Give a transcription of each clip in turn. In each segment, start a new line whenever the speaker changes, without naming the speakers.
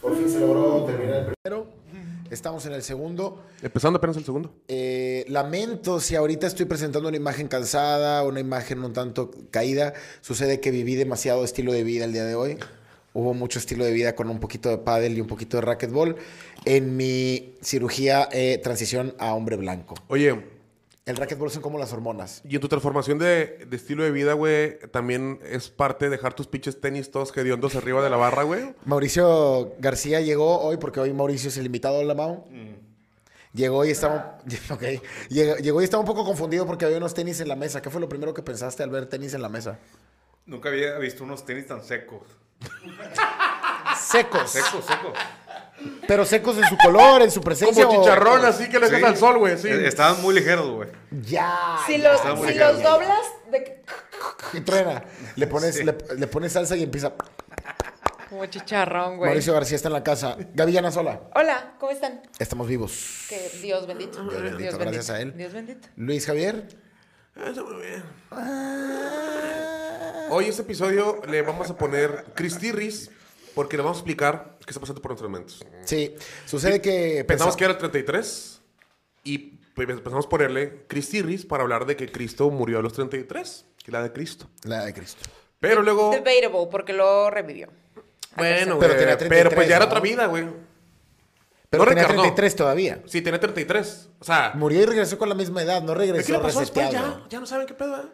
Por fin se logró terminar el primero. Estamos en el segundo.
Empezando apenas el segundo.
Eh, lamento si ahorita estoy presentando una imagen cansada, una imagen un tanto caída. Sucede que viví demasiado estilo de vida el día de hoy. Hubo mucho estilo de vida con un poquito de pádel y un poquito de racquetball en mi cirugía eh, transición a hombre blanco.
Oye,
El racquetball son como las hormonas.
y en tu transformación de, de estilo de vida, güey, también es parte de dejar tus pinches tenis todos hediondos arriba de la barra, güey.
Mauricio García llegó hoy, porque hoy Mauricio es el invitado de la MAU.
Mm.
Llegó y estaba. ok. Llegó, llegó y estaba un poco confundido porque había unos tenis en la mesa. ¿Qué fue lo primero que pensaste al ver tenis en la mesa?
Nunca había visto unos tenis tan secos.
Secos.
Secos, secos.
Pero secos en su color, en su presencia.
Como
o-
chicharrón, así que le dejas
Sí.
al sol, güey. Sí.
Eh, Estaban muy ligeros, güey.
Ya.
Si
ya,
los,
está muy
si
caro.
los doblas, de-
Y truena. Le pones, le, le pones salsa y empieza.
como chicharrón, güey.
Mauricio García está en la casa. Gavillana sola.
Hola, ¿cómo están?
Estamos vivos.
Que Dios bendito.
Dios bendito, gracias a él.
Dios bendito.
Luis Javier.
Hoy este episodio le vamos a poner Cristirris porque le vamos a explicar qué está pasando por nuestros mentes.
Sí. Sucede que.
Pensamos
pensa-
que era el 33 y pues, empezamos a ponerle Cristirris para hablar de que Cristo murió a los 33, que la de Cristo.
La de Cristo.
Pero luego,
Debatable, porque lo revivió.
Pero
bueno, güey,
tenía
pero,
33,
pues ya era
¿no?
otra vida, güey.
Pero
No
tenía
reencarnó.
33 todavía.
Sí, tenía 33. O sea,
Murió y regresó con la misma edad, no
¿Pero
regresó
¿Qué le pasó después?
reseteado.
Ya, ya no saben qué pedo. ¿eh?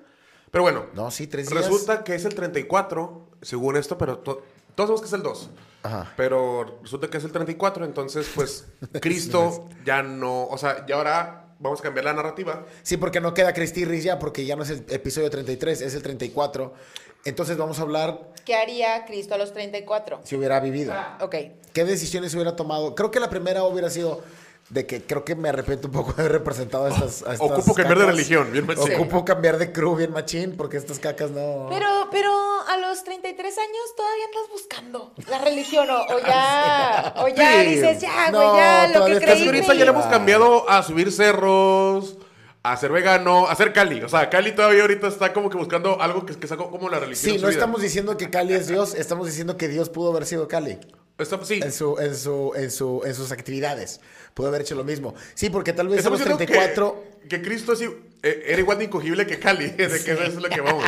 Pero bueno.
No, sí, tres días.
Resulta que es el 34, según esto, pero to- todos sabemos que es el 2.
Ajá.
Pero resulta que es el 34, entonces, pues, Cristo ya no. O sea, ya ahora vamos a cambiar la narrativa.
Sí, porque no queda Cristi Riz ya, porque ya no es el episodio 33, es el 34. Entonces vamos a hablar
¿Qué haría Cristo a los 34?
si hubiera vivido.
Ok.
¿Qué decisiones hubiera tomado? Creo que la primera hubiera sido de que creo que me arrepiento un poco de haber representado a estas. a estas
Ocupo cambiar de
cacas.
religión, bien machín.
Ocupo cambiar de crew bien machín, porque estas cacas no.
Pero, pero a los 33 años todavía andas buscando la religión o, o ya, o ya
Sí.
dices, ya, güey,
No,
ya, lo
todavía
que
estás
Casi
creí.
ahorita ya le
güey.
hemos cambiado a subir cerros, a ser vegano, a ser Cali. O sea, Cali todavía ahorita está como que buscando algo que, que sea como la religión.
Sí,
en su
no
vida.
estamos diciendo que Cali es Dios, estamos diciendo que Dios pudo haber sido Cali.
Estamos- sí.
en, su, en, su, en, su, en sus actividades. Pudo haber hecho lo mismo. Sí, porque tal vez a
Estamos
los
diciendo
34.
que, que Cristo es i- eh, era igual de incogible que Cali. De que eso es lo que vamos.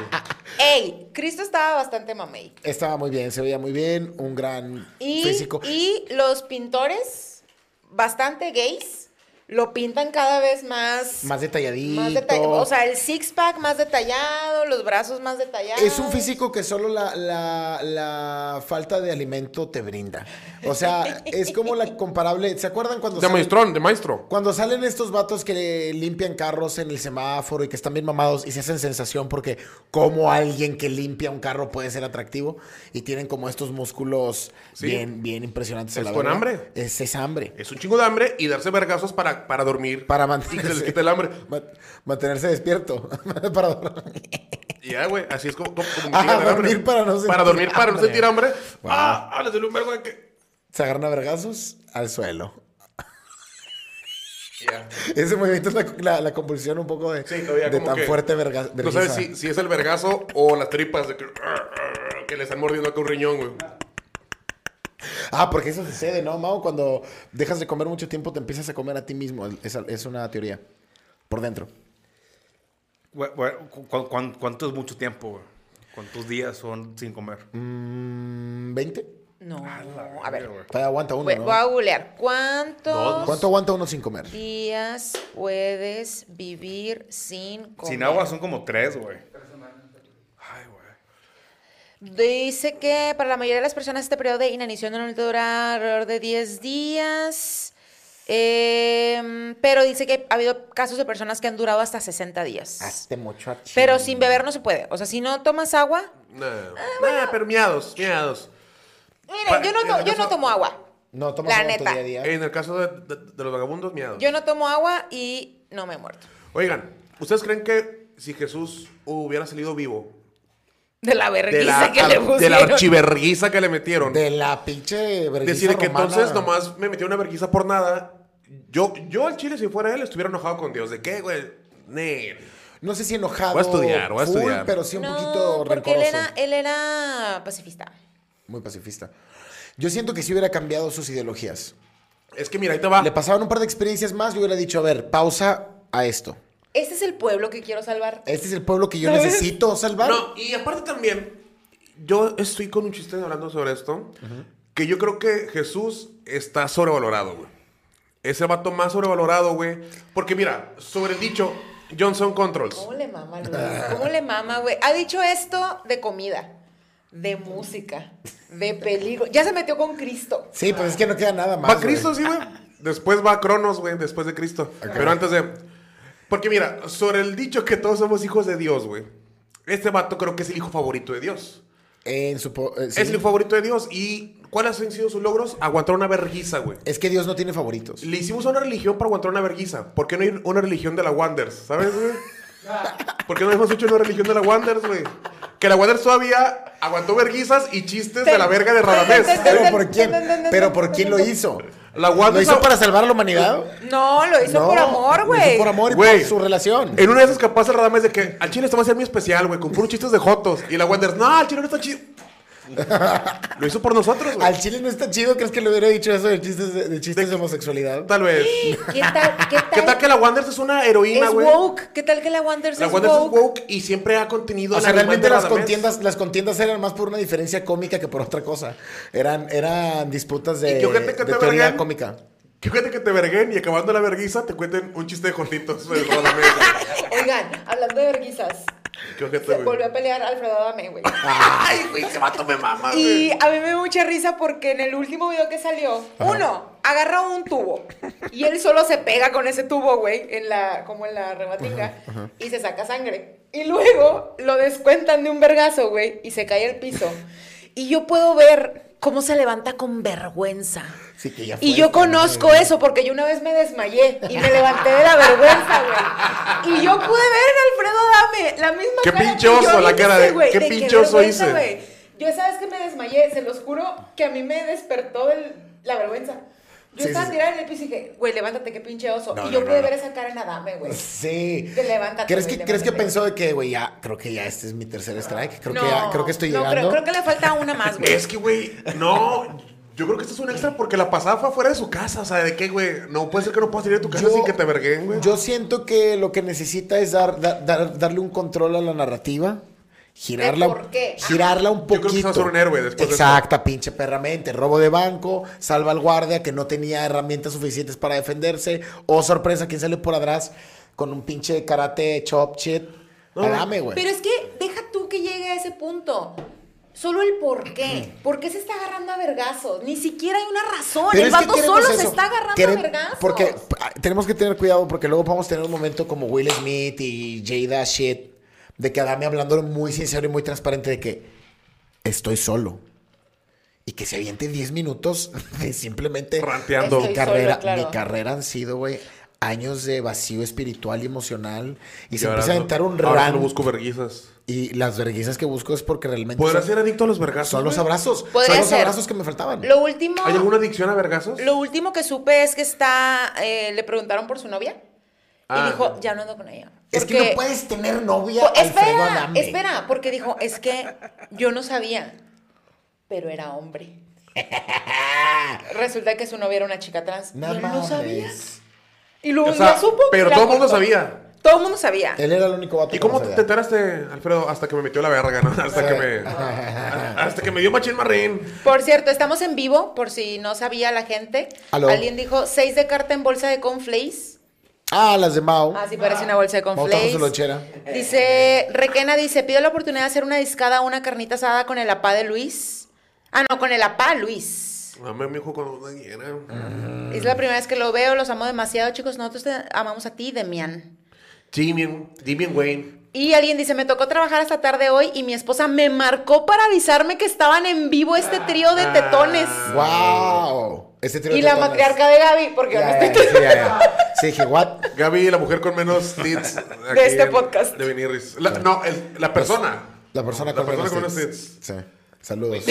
Ey, Cristo estaba bastante mamey.
Estaba muy bien, se veía muy bien, un gran
Y,
físico.
y los pintores, bastante gays, lo pintan cada vez más.
más detalladito.
más detall- O sea, el six-pack más detallado, los brazos más detallados.
es un físico que solo la, la- la falta de alimento te brinda. O sea, es como la comparable. ¿Se acuerdan cuando
De
salen-
maestrón, de maestro.
Cuando salen estos vatos que limpian carros en el semáforo y que están bien mamados y se hacen sensación porque como alguien que limpia un carro puede ser atractivo y tienen como estos músculos
Sí.
bien, bien impresionantes. a
Es
la
con
verga.
hambre.
Es, es hambre.
Es un chingo de hambre y darse vergazos para, para dormir.
Para
que se les
mantenerse,
quite el hambre.
ma- mantenerse despierto. para dormir.
Y ya, güey. Así es como. como, como
Ah,
me llegan de
dormir
hambre.
para no sentir
Para dormir para no
hambre.
sentir hambre.
Wow.
Ah, ah, les doy un vergo de que.
Se agarran a vergazos al suelo.
Ya.
Ese movimiento es la, la- la convulsión un poco de,
Sí, todavía
de
como
tan
que-
fuerte verga,
No
vergüenza.
sabes si, si es el vergazo o las tripas de que. Que le están mordiendo acá un riñón, güey.
Ah, porque eso sucede, ¿no, Mau? Cuando dejas de comer mucho tiempo, te empiezas a comer a ti mismo. Esa es una teoría. Por dentro.
Güey, güey, cu- cu- cuán- ¿Cuánto es mucho tiempo, güey? ¿Cuántos días son sin comer?
Mm, ¿20?
No, a
verga,
ver.
güey.
Todavía aguanta uno,
Voy, voy a
¿no?
googlear. ¿Cuántos
¿Cuánto aguanta uno sin comer?
días puedes vivir sin comer?
Sin agua son como tres, güey. Ay, güey.
Dice que para la mayoría de las personas este periodo de inanición normalmente dura alrededor de 10 días. Em, pero dice que ha habido casos de personas que han durado hasta 60 días.
Hazte mucho a
Pero sin beber no se puede. O sea, si no tomas agua.
No. Ah, pero miados, miados.
Miren,
Pa-
yo no,
en
to-
el
yo
caso-
no tomo agua.
No, tomas
La
agua en tu
neta.
día a día.
En el caso de, de- de los vagabundos, miados.
Yo no tomo agua y no me he muerto.
Oigan, ¿ustedes creen que si Jesús hubiera salido vivo
De la
de
vergüenza
la,
que le pusieron.
de la archiverguiza que le metieron?
De la pinche vergüenza
decir que
Pues romana.
entonces nomás me metió una verguiza por nada. Yo, yo al chile, si fuera él, estuviera enojado con Dios. ¿De qué, güey? Ne.
No sé si enojado.
Voy a estudiar, voy a
full,
estudiar.
pero sí un
no,
poquito
porque él
rencoroso.
era, él era pacifista.
Muy pacifista. Yo siento que si hubiera cambiado sus ideologías.
Es que mira, ahí te va.
Le pasaban un par de experiencias más, yo hubiera dicho, a ver, pausa a esto.
Este es el pueblo que quiero salvar.
Este es el pueblo que yo
¿Sabes?
necesito salvar.
No, y aparte también, yo estoy con un chiste hablando sobre esto, que yo creo que Jesús está sobrevalorado, güey. Ese vato más sobrevalorado, güey. Porque mira, sobre el dicho, Johnson Controls.
¿Cómo le mama, Luis? ¿Cómo le mama, güey? Ha dicho esto de comida, de música, de peligro. Ya se metió con Cristo.
Sí, pues es que no queda nada más.
Va
güey.
Cristo, sí, güey. Después va Cronos, güey, después de Cristo. Pero antes de... Porque mira, sobre el dicho que todos somos hijos de Dios, güey. Este vato creo que es el hijo favorito de Dios.
En su po- eh, sí.
Es el hijo favorito de Dios. ¿Y cuáles han sido sus logros? Aguantar una vergüenza, güey.
Es que Dios no tiene favoritos.
Le hicimos una religión para aguantar una vergüenza. ¿Por qué no hay una religión de la Wanders? ¿Sabes, güey? ¿Por qué no hemos hecho una religión de la Wanders, güey? Que la Wanders todavía aguantó verguizas y chistes de la verga de Radamés.
Pero por quién, pero por quién lo hizo.
La
¿Lo
Wanders.
hizo para salvar a la humanidad?
No, lo hizo
No,
por amor,
lo
güey.
hizo Por amor y
Güey.
por su relación.
En una de esas capaz el Radamés de que al chile esto va a ser muy especial, güey, con puros chistes de Jotos. Y la Wanders, no, al chile no está chido. Lo hizo por nosotros, güey.
Al chile no está chido, ¿crees que le hubiera dicho eso de chistes de, de chistes de homosexualidad?
Tal vez.
¿Qué tal, qué tal,
¿Qué tal que la Wanders es una heroína,
es
güey?
woke? ¿Qué tal que la Wanders
La
es
Wanders es
woke?
woke y siempre ha contenido
O
la
sea,
animal
realmente
de
las
Radamés.
contiendas, las contiendas eran más por una diferencia cómica que por otra cosa. Eran, eran disputas de,
¿Y qué gente que
de
te
teoría
vergan?
cómica.
Que fíjate que te verguen y acabando la verguiza te cuenten un chiste de Jotitos del Radamés.
Oigan, hablando de verguizas,
Qué
se
ojete, güey.
volvió a pelear Alfredo Adame, güey.
Ay, güey, ese vato me mama,
Y
güey.
a mí me dio mucha risa porque en el último video que salió, uno, agarra un tubo y él solo se pega con ese tubo, güey, en la, como en la rematinga, y se saca sangre. Y luego lo descuentan de un vergazo, güey, y se cae al piso. Y yo puedo ver cómo se levanta con vergüenza.
Sí, que ya fue
Y yo
esto, ¿no?
conozco eso porque yo una vez me desmayé y me levanté de la vergüenza, güey. Y yo pude ver en Alfredo Dame la misma
Qué
cara que
pinche oso
yo
la
hice,
cara de-
güey,
qué
de
pinche oso
vergüenza,
hice.
güey. Yo sabes que me desmayé, se los juro que a mí me despertó el- la vergüenza. Yo
Sí,
estaba
sí, sí.
tirada en el piso y dije, güey, levántate, qué pinche oso.
No,
y
no,
yo
no,
pude
no.
ver esa cara en Adame, güey.
Sí.
Que levántate,
¿Crees
güey,
que, ¿crees que
levántate.
pensó de que, güey, ya, creo que ya este es mi tercer strike? Creo,
No,
que, ya- creo que estoy
no,
llegando.
creo, creo que le falta una más, güey.
Es que, güey, no. Yo creo que esto es un extra porque la pasada fue afuera de su casa. O sea, ¿de qué, güey? No puede ser que no puedas ir a tu casa
Yo-
sin que te verguen, güey.
Yo siento que lo que necesita es dar, da- dar- darle un control a la narrativa. Girarla,
¿De por qué?
girarla un
creo
poquito.
que se va a hacer un héroe después de
Exacta, pinche perramente. Robo de banco, salva al guardia que no tenía herramientas suficientes para defenderse. O sorpresa, quien sale por atrás con un pinche karate chop shit.
No.
Adame, güey.
Pero es que deja tú que llegue a ese punto. Solo el por qué. ¿Por qué se está agarrando a vergazos? Ni siquiera hay una razón.
Pero
el
es que
vato
queremos
solo se
eso.
está agarrando
Quere-
a vergazos.
Porque p- ah, tenemos que tener cuidado porque luego vamos a tener un momento como Will Smith y Jada Shit de que Adame hablando muy sincero y muy transparente de que estoy solo. Y que se aviente 10 minutos de simplemente
Ranteando.
mi
Estoy
carrera.
solo, claro.
Mi carrera han sido, güey, años de vacío espiritual y emocional. Y, se
ahora
empieza a
no-
aventar un
ahora
rant.
no busco verguizas.
Y las vergüenzas que busco es porque realmente
¿Podrás
son,
ser adicto a los vergazos?
son los
güey?
abrazos.
Podría
Son los
ser.
abrazos que me faltaban.
Lo último.
¿Hay alguna adicción a vergazos?
Lo último que supe es que está. eh, le preguntaron por su novia.
Ah.
Y dijo, ya no ando con ella.
Es que
Porque-
no puedes tener novia.
Po-
Alfredo
espera,
Adame.
espera, porque dijo, es que yo no sabía, pero era hombre. Resulta que su novia era una chica trans. y
No
él no
mames.
sabía. Y luego
O
un
sea,
día supo.
pero
y la
todo el mundo
cortó.
sabía.
Todo el mundo sabía.
Él era el único vato.
¿Y cómo
que
te
no
te
sabía.
enteraste, Alfredo? Hasta que me metió la verga, ¿no? Hasta que me. Hasta que me dio Machín Marrín.
Por cierto, estamos en vivo, por si no sabía la gente.
Aló.
Alguien dijo, seis de carta en bolsa de conflays.
Ah, las de Mao.
Ah, sí, parece una bolsa de
Mau
conflays.
trajo su lonchera.
Dice, Requena dice, pido la oportunidad de hacer una discada, una carnita asada con el apá de Luis. Ah, no, con el apá Luis.
Dame mi hijo cuando quiera.
Mm.
Es la primera vez que lo veo, los amo demasiado, chicos. Nosotros te amamos a ti, Demian.
Jimmy, Jimmy Wayne.
Y alguien dice, me tocó trabajar hasta tarde hoy y mi esposa me marcó para avisarme que estaban en vivo este trío
Ah.
de tetones.
Wow. Este tiro
Y
de
la
tetones.
matriarca de Gaby, porque yo no
Ya,
estoy
ya, sí, ya, ya. Sí, dije, what?
Gaby, la mujer con menos tits aquí
este
en-
podcast.
De Vinirris. La- no, el- la persona.
Pues, La persona
la
con
persona con menos tits.
tits. Sí. Saludos.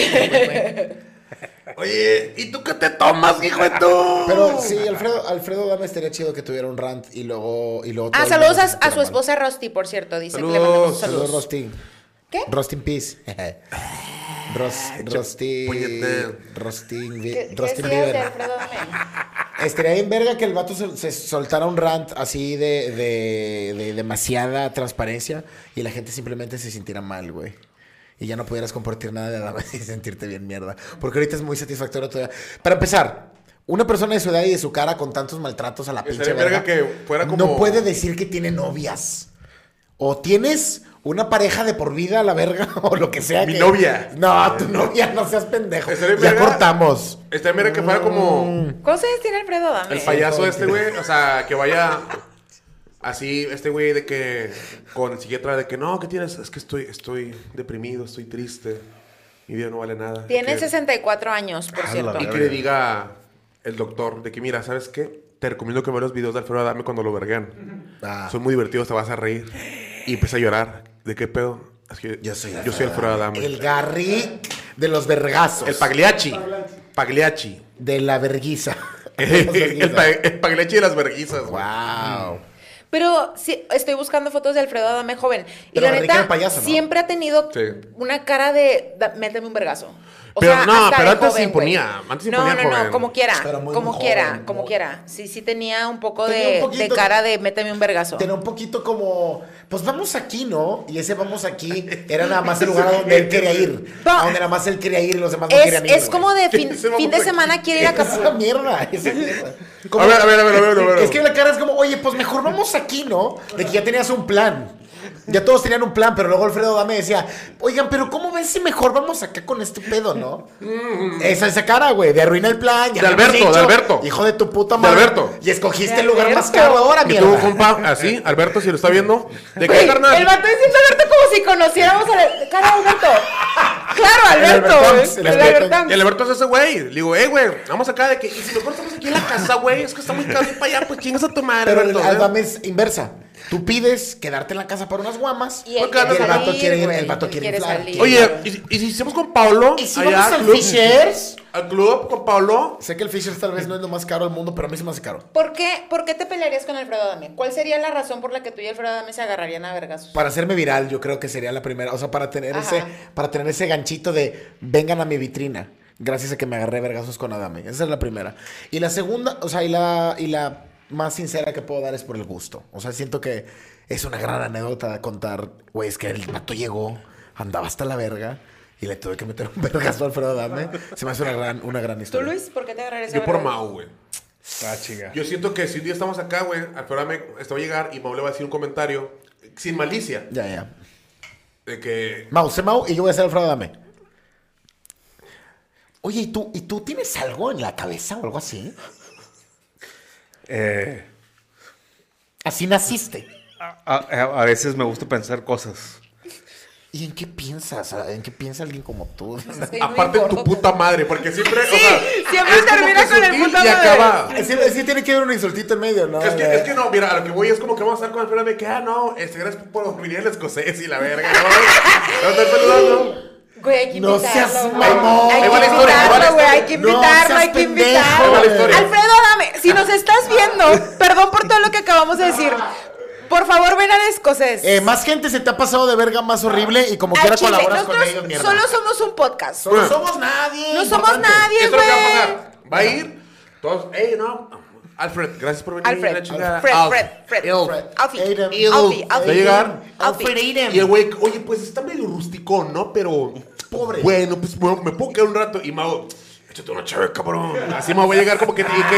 Oye, ¿y tú qué te tomas, hijo de tú?
Pero sí, Alfredo, Alfredo Dame estaría chido que tuviera un rant y luego. Y luego todo
Ah,
el mundo
saludos
se
a, a
sintiera
su
mal.
esposa Rosti, por cierto. Dice que le
Saludos,
Saludos,
mandamos saludos.
Rostin.
¿Qué?
Rostin Peace. Ros- Rostín.
puñetero.
Rostín. Vi-
Ah, ¿Qué, ¿qué
Rostín
decías de
Bieber.
Alfredo Adame?
Estaría bien verga que el vato se, se soltara un rant así de, de- de demasiada transparencia y la gente simplemente se sintiera mal, güey. Y ya no pudieras compartir nada de Adame y sentirte bien mierda. Porque ahorita es muy satisfactorio todavía. Para empezar, una persona de su edad y de su cara con tantos maltratos a la pinche
Estaría verga
verga,
que fuera como-
No puede decir que tiene novias. O tienes una pareja de por vida a la verga o lo que sea.
Mi
que-
novia.
No, tu novia, no seas pendejo.
Estaría
Ya
verga-
cortamos.
Esta mera que fuera como
¿Cuántos años tiene Alfredo Adame?
el payaso este, güey. O sea, que vaya así, este güey de que con el psiquiatra de que no, ¿qué tienes? Es que estoy, estoy deprimido, estoy triste. Mi vida no vale nada.
Tiene
Que-
64 años, por
A la
cierto.
Y que le diga el doctor de que, mira, ¿sabes qué? Te recomiendo que veas los videos de Alfredo Adame cuando lo verguean.
Ah.
Son muy divertidos, te vas a reír. Y empieza a llorar. ¿De qué pedo? Es que
Yo soy
yo soy Alfredo Adame.
El Garri de los vergazos.
El Pagliacci. Pagliacci.
de la verguiza.
El, pa- el Pagliacci de las verguizas. güey.
wow.
Mm. Pero sí, estoy buscando fotos de Alfredo Adame joven. Y
Pero
la
rica
neta,
el payaso, ¿no?
siempre ha tenido
Sí.
una cara de "Da- méteme un vergazo. O
Pero
sea,
no,
hasta
pero
de
antes se
joven,
imponía,
güey.
antes se imponía
No, no,
joven.
no, como quiera,
Pero muy,
como
muy
quiera,
joven,
como
muy-
quiera. Sí, sí tenía un poco,
Tenía
de,
un poquito-
de cara de méteme un vergazo.
Tenía un poquito como, pues vamos aquí, ¿no? Y ese vamos aquí era nada más el lugar a donde él quería ir.
No.
A donde nada más él quería ir y los demás no
Es,
querían ir.
es
güey.
como de fin,
Ese
fin de
mamón
semana
aquí.
quiere ir a
Esa
Acapulco.
mierda, esa mierda. Como-
A ver, a ver, a ver, a ver, a ver.
Es que la cara es como, oye, pues mejor vamos aquí, ¿no? De que ya tenías un plan. Ya todos tenían un plan, pero luego Alfredo Dame decía, oigan, pero ¿cómo ven si mejor vamos acá con este pedo, no?
Mm.
esa, esa cara, güey, de arruina el plan. ya
De
lo hemos
Alberto, de Alberto.
Hijo de tu puta
De
madre.
Alberto.
Y escogiste
De
el lugar más
Alberto.
caro ahora,
Y tuvo un
mierda.
compa así, Alberto, si lo está viendo. ¿De
Güey,
qué, carnal?
El vato diciendo Alberto como si conociéramos a cara de Alberto. Claro, Alberto.
Alberto
güey.
Ams, el
El
Alberto
Alberto
Y
Ams.
el Alberto es ese güey. Le digo, eh, güey, vamos acá de que. Y si mejor estamos aquí en la casa, güey, es que está muy caro ir para allá, pues chingas a tu madre,
Pero el
Alberto. ¿eh?
Dame es inversa. Tú pides quedarte en la casa para unas guamas.
Y él
Porque
quiere
el
vato
salir,
quiere ir,
güey,
el vato
él
quiere
quiere
inflar.
salir.
¿eh?". Oye, ¿y, si- y si hicimos con Pablo?
¿Y si
allá
vamos
al
al
club?
Fishers?
Al club con Pablo.
Sé que el Fishers tal vez no es lo más caro del mundo, pero a mí se me hace caro.
¿Por qué, por qué te pelearías con Alfredo Adame? ¿Cuál sería la razón por la que tú y Alfredo Adame se agarrarían a vergazos?
Para hacerme viral, yo creo que sería la primera. O sea, para tener
Ajá.
ese, para tener ese ganchito de vengan a mi vitrina. Gracias a que me agarré vergazos con Adame. Esa es la primera. Y la segunda, o sea, y la, y la más sincera que puedo dar es por el gusto. O sea, siento que es una gran anécdota contar, güey, es que el vato llegó, andaba hasta la verga y le tuve que meter un vergazo a Alfredo Adame. Se me hace una gran, una gran
¿Tú,
historia.
Luis, por qué te agarrarías a
Yo por
vergazos?
Mau, güey.
Ah, chinga.
Yo siento que si un día estamos acá, güey, al programa esto va a llegar y Mau le va a decir un comentario sin malicia.
Ya, ya.
De que.
Mau, sé Mau y yo voy a ser Alfredo Adame. Oye, ¿y tú, ¿y tú tienes algo en la cabeza o algo así?
Eh,
Así naciste.
a, a- a veces me gusta pensar cosas.
¿Y en qué piensas? Ah, ¿En qué piensa alguien como tú?
Estoy muy
Aparte de tu
gordo,
puta madre, porque siempre.
Sí,
o sea,
siempre
es como
termina
que
con el
sutil
puta
Y
madre.
acaba.
Sí, sí tiene que haber un insultito en medio, ¿no? Eh,
Es que, es que no, mira, a lo que voy es como que vamos a estar con el programa de que, ah, no, este, gracias por venir al escocés y la verga, ¿no? Te estoy saludando.
Güey, hay que
No
invitarlo.
seas
güey.
mamón.
Hay que
Ahí va la historia, ahí va la
invitarlo, güey. Hay
historia.
que
No
invitarlo,
seas
hay que
pendejo,
invitarlo.
güey. historia.
Alfredo, dame, si nos estás viendo, perdón por todo lo que acabamos de decir. Por favor, ven al escocés.
Eh, más gente se te ha pasado de verga más horrible y como
Al
quiera
Ah, chile,
colaboras con
nosotros
ellos, mierda.
Solo somos un podcast.
Solo somos nadie.
No somos
importante.
nadie.
¿Qué es lo que va a
güey.
pasar? Va a ir, todos, hey, no, Alfred, gracias por venir.
Alfred,
la chingada.
Fred,
Alf,
Fred, Fred,
Elf.
Fred.
Alfie,
Adam.
Alfie,
Va a
Alfie,
llegar.
Alfie.
Y el güey, oye, pues está medio rústico, ¿no? Pero,
Pobre.
Bueno, pues me, me puedo quedar un rato. Y Mau, échate una chévere, cabrón. Así me voy a llegar como que te dije,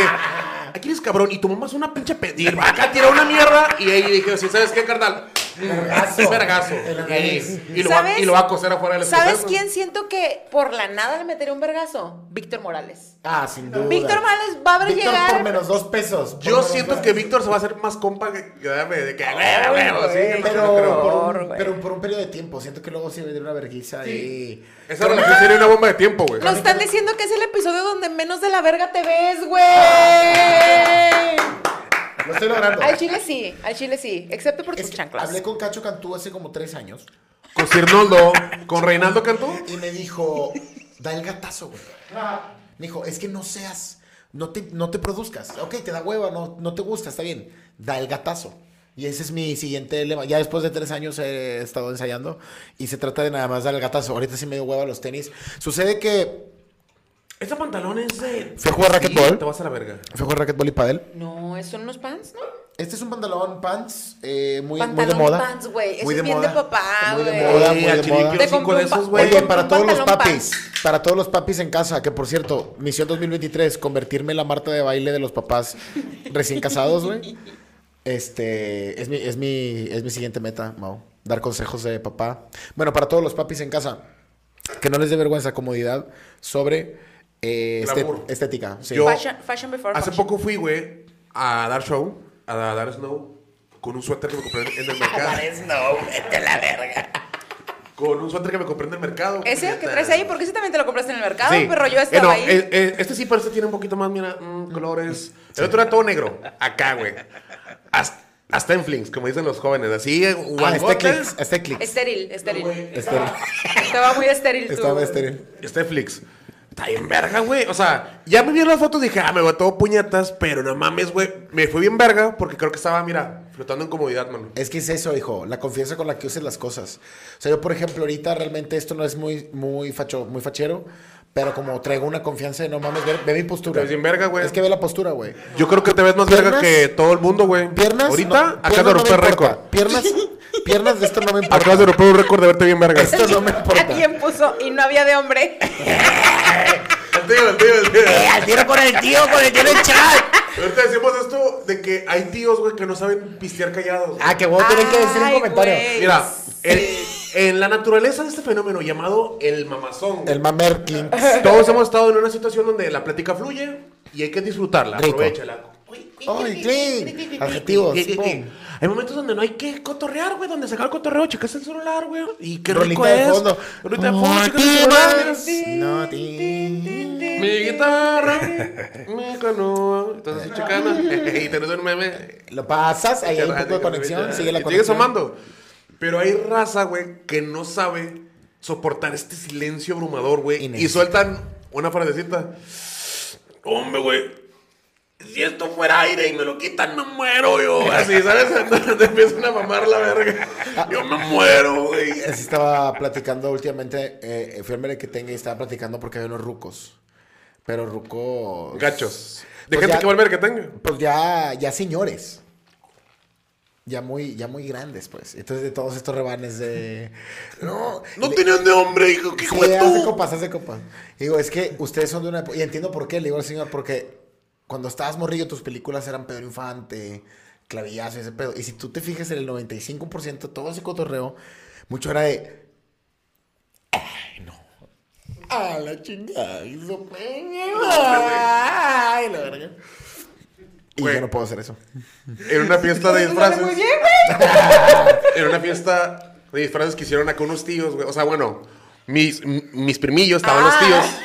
aquí eres cabrón. Y tu mamá es una pinche pedir. Acá tira una mierda. Y ahí dije, sí, ¿sabes qué, carnal?
Vergazo.
Vergazo.
En la
Y-
nariz.
Y, lo va,
¿Sabes?
y lo va a coser afuera del
¿Sabes
espejo.
quién siento que por la nada le metería un vergazo? Víctor Morales.
Ah, sin duda.
Víctor Morales va a haber
Víctor
llegar-
por menos dos pesos. Por
Yo
menos
siento
dos
que
pesos.
Víctor se va a hacer más compa que que dame de que huevo, huevo, sí,
Eh,
no, no
pero,
creo.
por un,
güey.
pero por un periodo de tiempo. Siento que luego sí vendría una verguiza y...
Esa relación sería una bomba de tiempo, güey.
Nos están diciendo que es el episodio donde menos de la verga te ves, güey.
Ah.
Lo estoy logrando.
Al chile sí, al chile sí, excepto por
Es
tus
que
chanclas.
hablé con Cacho Cantú hace como tres años
Con Cirnoldo, con Reinaldo Cantú.
y me dijo, da el gatazo, güey. Me dijo, es que no seas, no te, no te produzcas. Ok, te da hueva, no, no te gusta, está bien. Da el gatazo. Y ese es mi siguiente lema. Ya después de tres años he estado ensayando y se trata de nada más dar el gatazo. Ahorita sí me dio hueva los tenis. Sucede que
Este pantalón es de.
Fui a jugar racquetball.
Te vas a la verga.
fue jugar racquetball y pádel.
No, ¿esos son unos pants, ¿no?
Este es un pantalón pants eh, muy, muy de
Pantalón
moda.
pants, güey. Eso
Muy
es
de
bien de
moda.
papá,
Muy de
güey.
moda, muy
Sí,
de
al chile
moda.
quiero
Te
cinco
compré
de
un
esos,
pa-
güey.
Oye, para
un
todos los
pantalón
papis, para todos los papis en casa, que por cierto, misión 2023, convertirme en la Marta de baile de los papás recién casados, güey. Este, es mi, es mi, es mi siguiente meta, Mau. Dar consejos de papá. Bueno, para todos los papis en casa, que no les dé vergüenza, comodidad sobre eh, este-
Glamour.
estética. sí.
Yo-
Fashion, fashion before
Hace
fashion.
poco fui, güey, a dar show, a dar snow, con un suéter que me compré en el mercado.
No, vete a la verga.
con un suéter que me compré en el mercado.
¿Ese
puñeta.
que traes ahí? ¿Por qué ese también te lo compraste en el mercado?
Sí.
Pero yo
Eh,
estaba
no,
ahí.
eh, eh, este sí, pero este tiene un poquito más, mira, mm, colores. El otro era todo negro. Acá, güey. Hasta, hasta en flings, como dicen los jóvenes. Así, eh,
Ah, este
guangotes.
clics, este clics.
Estéril, estéril.
güey.
Estéril.
Estaba muy estéril tú.
Estaba estéril.
Este flix. Está bien verga, güey. O sea, ya me vieron las fotos y dije, ah, me voy todo puñetas, pero no mames, güey. Me fue bien verga porque creo que estaba, mira, flotando en comodidad, mano.
Es que es eso, hijo, la confianza con la que uses las cosas. O sea, yo, por ejemplo, ahorita realmente esto no es muy, muy, facho, muy fachero, pero como traigo una confianza de no mames, ve, ve mi postura.
Te ves bien verga, güey.
Es que ve la postura, güey.
Yo creo que te ves más
Piernas-
verga que todo el mundo, güey.
Piernas.
Ahorita
no-
acabas de
piernas no me
romper récord.
importa. Piernas, piernas de esto no me importa.
Acabas de romper un récord de verte bien verga.
Esto no me importa.
¿A quién puso? Y no había de hombre.
El tío, el tío, el tío.
Eh, Al tiro con el tío, con el tío del chat.
Ahorita decimos esto de que hay tíos, güey, que no saben pistear callados. güey.
Ah, que voy a tener que decir un
Ay,
comentario.
güey. Pues
Mira, el- en la naturaleza de este fenómeno llamado el mamazón. güey,
El mamerkin.
Todos hemos estado en una situación donde la plática fluye y hay que disfrutarla.
Rico.
Aprovechala.
Ay, clean. Adjetivos.
Y- y- y-
pum.
Hay momentos donde no hay que cotorrear, güey, donde se acaba el cotorreo, checas el celular, güey. Y qué
Rolita
rico
de
es.
fondo.
Rolita de fondo, checas el celular.
Motivos. No, ti-
Mi guitarra, mi canoa. Entonces, checando. y tenés un meme.
Lo pasas, ahí hay un poco de conexión, sigue la
Y Sigue
conexión.
sumando. Pero hay raza, güey, que no sabe soportar este silencio abrumador, güey.
Inés.
Y sueltan una frasecita. Hombre, güey. Si esto fuera aire y me lo quitan, me muero yo. Así, ¿sabes? Te empiezan a mamar la verga.
Ah.
Yo me muero, güey.
Así estaba platicando últimamente, eh, fui al mere que tenga y estaba platicando porque hay unos rucos. Pero rucos.
Gachos. De
Pues
gente
ya-
que va al ver que tenga.
Pues ya, ya señores. Ya muy, ya muy grandes, pues. Entonces, de todos estos rebanes de. No,
No
le-
tenían de hombre, hijo. ¿Qué
Sí,
fue
hace
tú?
copas, hace copas. Digo, es que ustedes son de una época. Y entiendo por qué, le digo al señor, porque cuando estabas morrillo, tus películas eran Pedro Infante, Clavillazo y ese pedo. Y si tú te fijas en el 95%, todo ese cotorreo, mucho era de. Ay, no. A la chingada, hizo peña. Ay, la verga. Y
Güey.
yo no puedo hacer eso.
En una fiesta de disfraces.
Muy bien, güey.
En una fiesta de disfraces que hicieron acá unos tíos, güey. O sea, bueno, mis, m- mis primillos, estaban
Ah.
los tíos.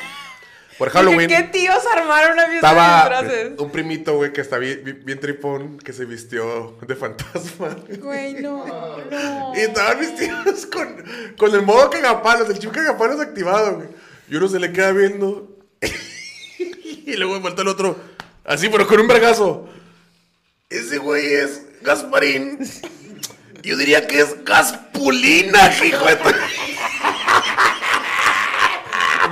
Por Halloween.
¿Qué tíos armaron una fiesta
Estaba
de disfraces?
un primito, güey, que está bien, bien- bien tripón, que se vistió de fantasma.
Güey, no, no.
Y estaban vestidos con, con el modo cagapalos, el chico cagapalos activado, güey. Y uno se le queda viendo. y luego falta el otro. Así, pero con un vergazo. Ese güey es Gasparín. Yo diría que es Gaspulina, hijo de tu-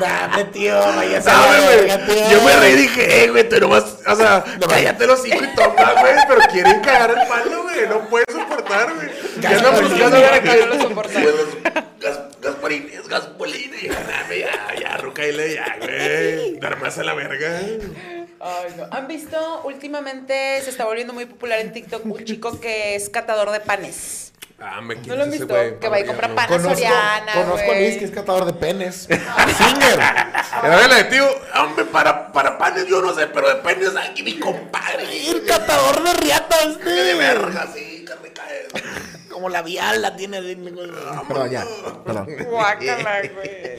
Dame, tío, vaya a
¿Sabes, güey? Yo me reí y dije, eh, güey, tú nomás, o sea, cállate los cinco y toma, güey, pero quieren cagar el palo, güey, no puedes soportar, güey. Ya no
Gasparín.
me ya no voy a caer.
No lo soportan.
Güey, los- Gas- Gasparín, es Gaspolina, y yo, "Dame ya, ya, ruca, dile ya, güey, dar más a la verga.
Ay, no. ¿Han visto? Últimamente se está volviendo muy popular en TikTok un chico que es catador de panes.
Ah, me
¿No lo han
quise ese
visto?
güey.
Que va y
para
compra
verga,
pan.
Conozco,
Soriana,
conozco a
güey.
Luis, que es catador de penes. Singer.
no. Era la de tío, hombre, para, para panes yo no sé, pero de panes aquí mi compadre.
catador de riatas.
De verga, sí, que me cae. Ah,
Como la vial la tiene. Perdón, ya. Perdón.
Guácala, güey.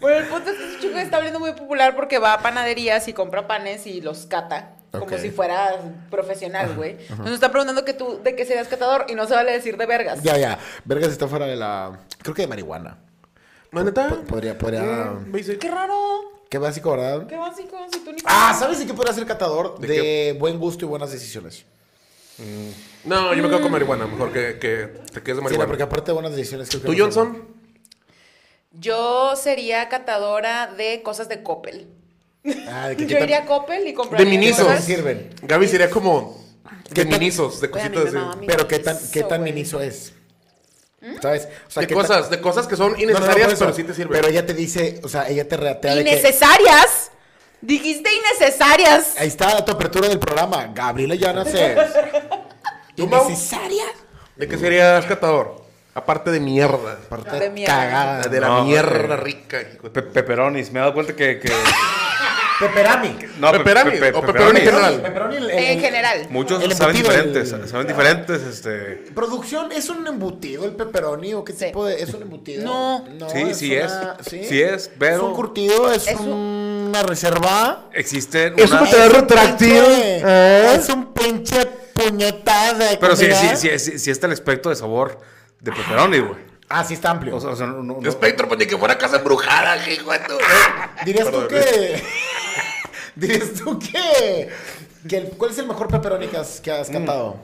Bueno, el punto es que este chico está volviendo muy popular porque va a panaderías y compra panes y los cata. Como
Ok.
si fuera profesional, güey. Nos está preguntando que tú, de qué serías catador y no se vale decir de vergas.
Ya, ya. Vergas está fuera de la. Creo que de marihuana.
¿No neta?
Po- podría- podría- ah.
Mm, me dice,
Qué raro.
Qué básico, ¿verdad?
Qué básico. Si tú ni
Ah, ¿sabes de qué podría ser catador?
¿De
De, buen gusto y buenas decisiones.
No, yo me quedo con marihuana, mejor que, que te quedes de
Sí, no,
marihuana.
porque aparte de buenas decisiones creo que
¿Tú,
no son-
Johnson?
Yo sería catadora de cosas de Coppel.
Ah, de que
Yo
quitan-
iría a Coppel y
De
compraría
minizos.
no
cosas.
sirven.
Gaby sería como de
¿Qué tal?
minizos, de
Güey, a mí
cositas
me
así.
mama mi
Pero qué tan, qué
miniso,
tan
güey. ¿Mm?
miniso es. ¿Sabes? O sea,
de
qué tan-
cosas, de cosas que son
No, no, no, por
innecesarias,
eso.
pero sí te sirven.
Pero ella te dice, o sea, ella te reatea de que...
Innecesarias. Dijiste innecesarias.
Ahí está tu apertura del programa. Gabriela Llanas es...
¿Tú, Mau?
¿Innecesaria?
¿De qué serías catador? Aparte de mierda.
Aparte
De mierda.
cagada.
De la
No,
mierda
porque-
rica. hijo de-
Pe- Peperonis, me he dado cuenta que. que-
Pepperami.
No, pe-
Pepperami,
pe- pe-
o pepperoni en general.
Pepperoni, el- el-
En general.
Muchos
El
saben
embutido,
diferentes,
el-
saben diferentes, este...
¿Producción es un embutido el pepperoni o qué
Sí.
tipo de...? ¿Es un embutido?
No.
sí, sí
una-
es, sí es, pero
Es un curtido, es,
Es un-
una reserva.
existen
Es un
una-
material-
un
retráctil,
pinche-
¿eh?
Es un pinche puñeta de...
Pero sí,
comida.
sí, sí, sí, sí está el espectro de sabor de pepperoni, güey.
Ah, sí está amplio.
O sea, o sea, no, no- no-
Espectro, pues ni que fuera casa embrujada, hijo de tu-
¿Dirías
Perdón.
tú que... ¿Dirías tú que... que el- ¿Cuál es el mejor pepperoni que has, que has
Mm.
cantado?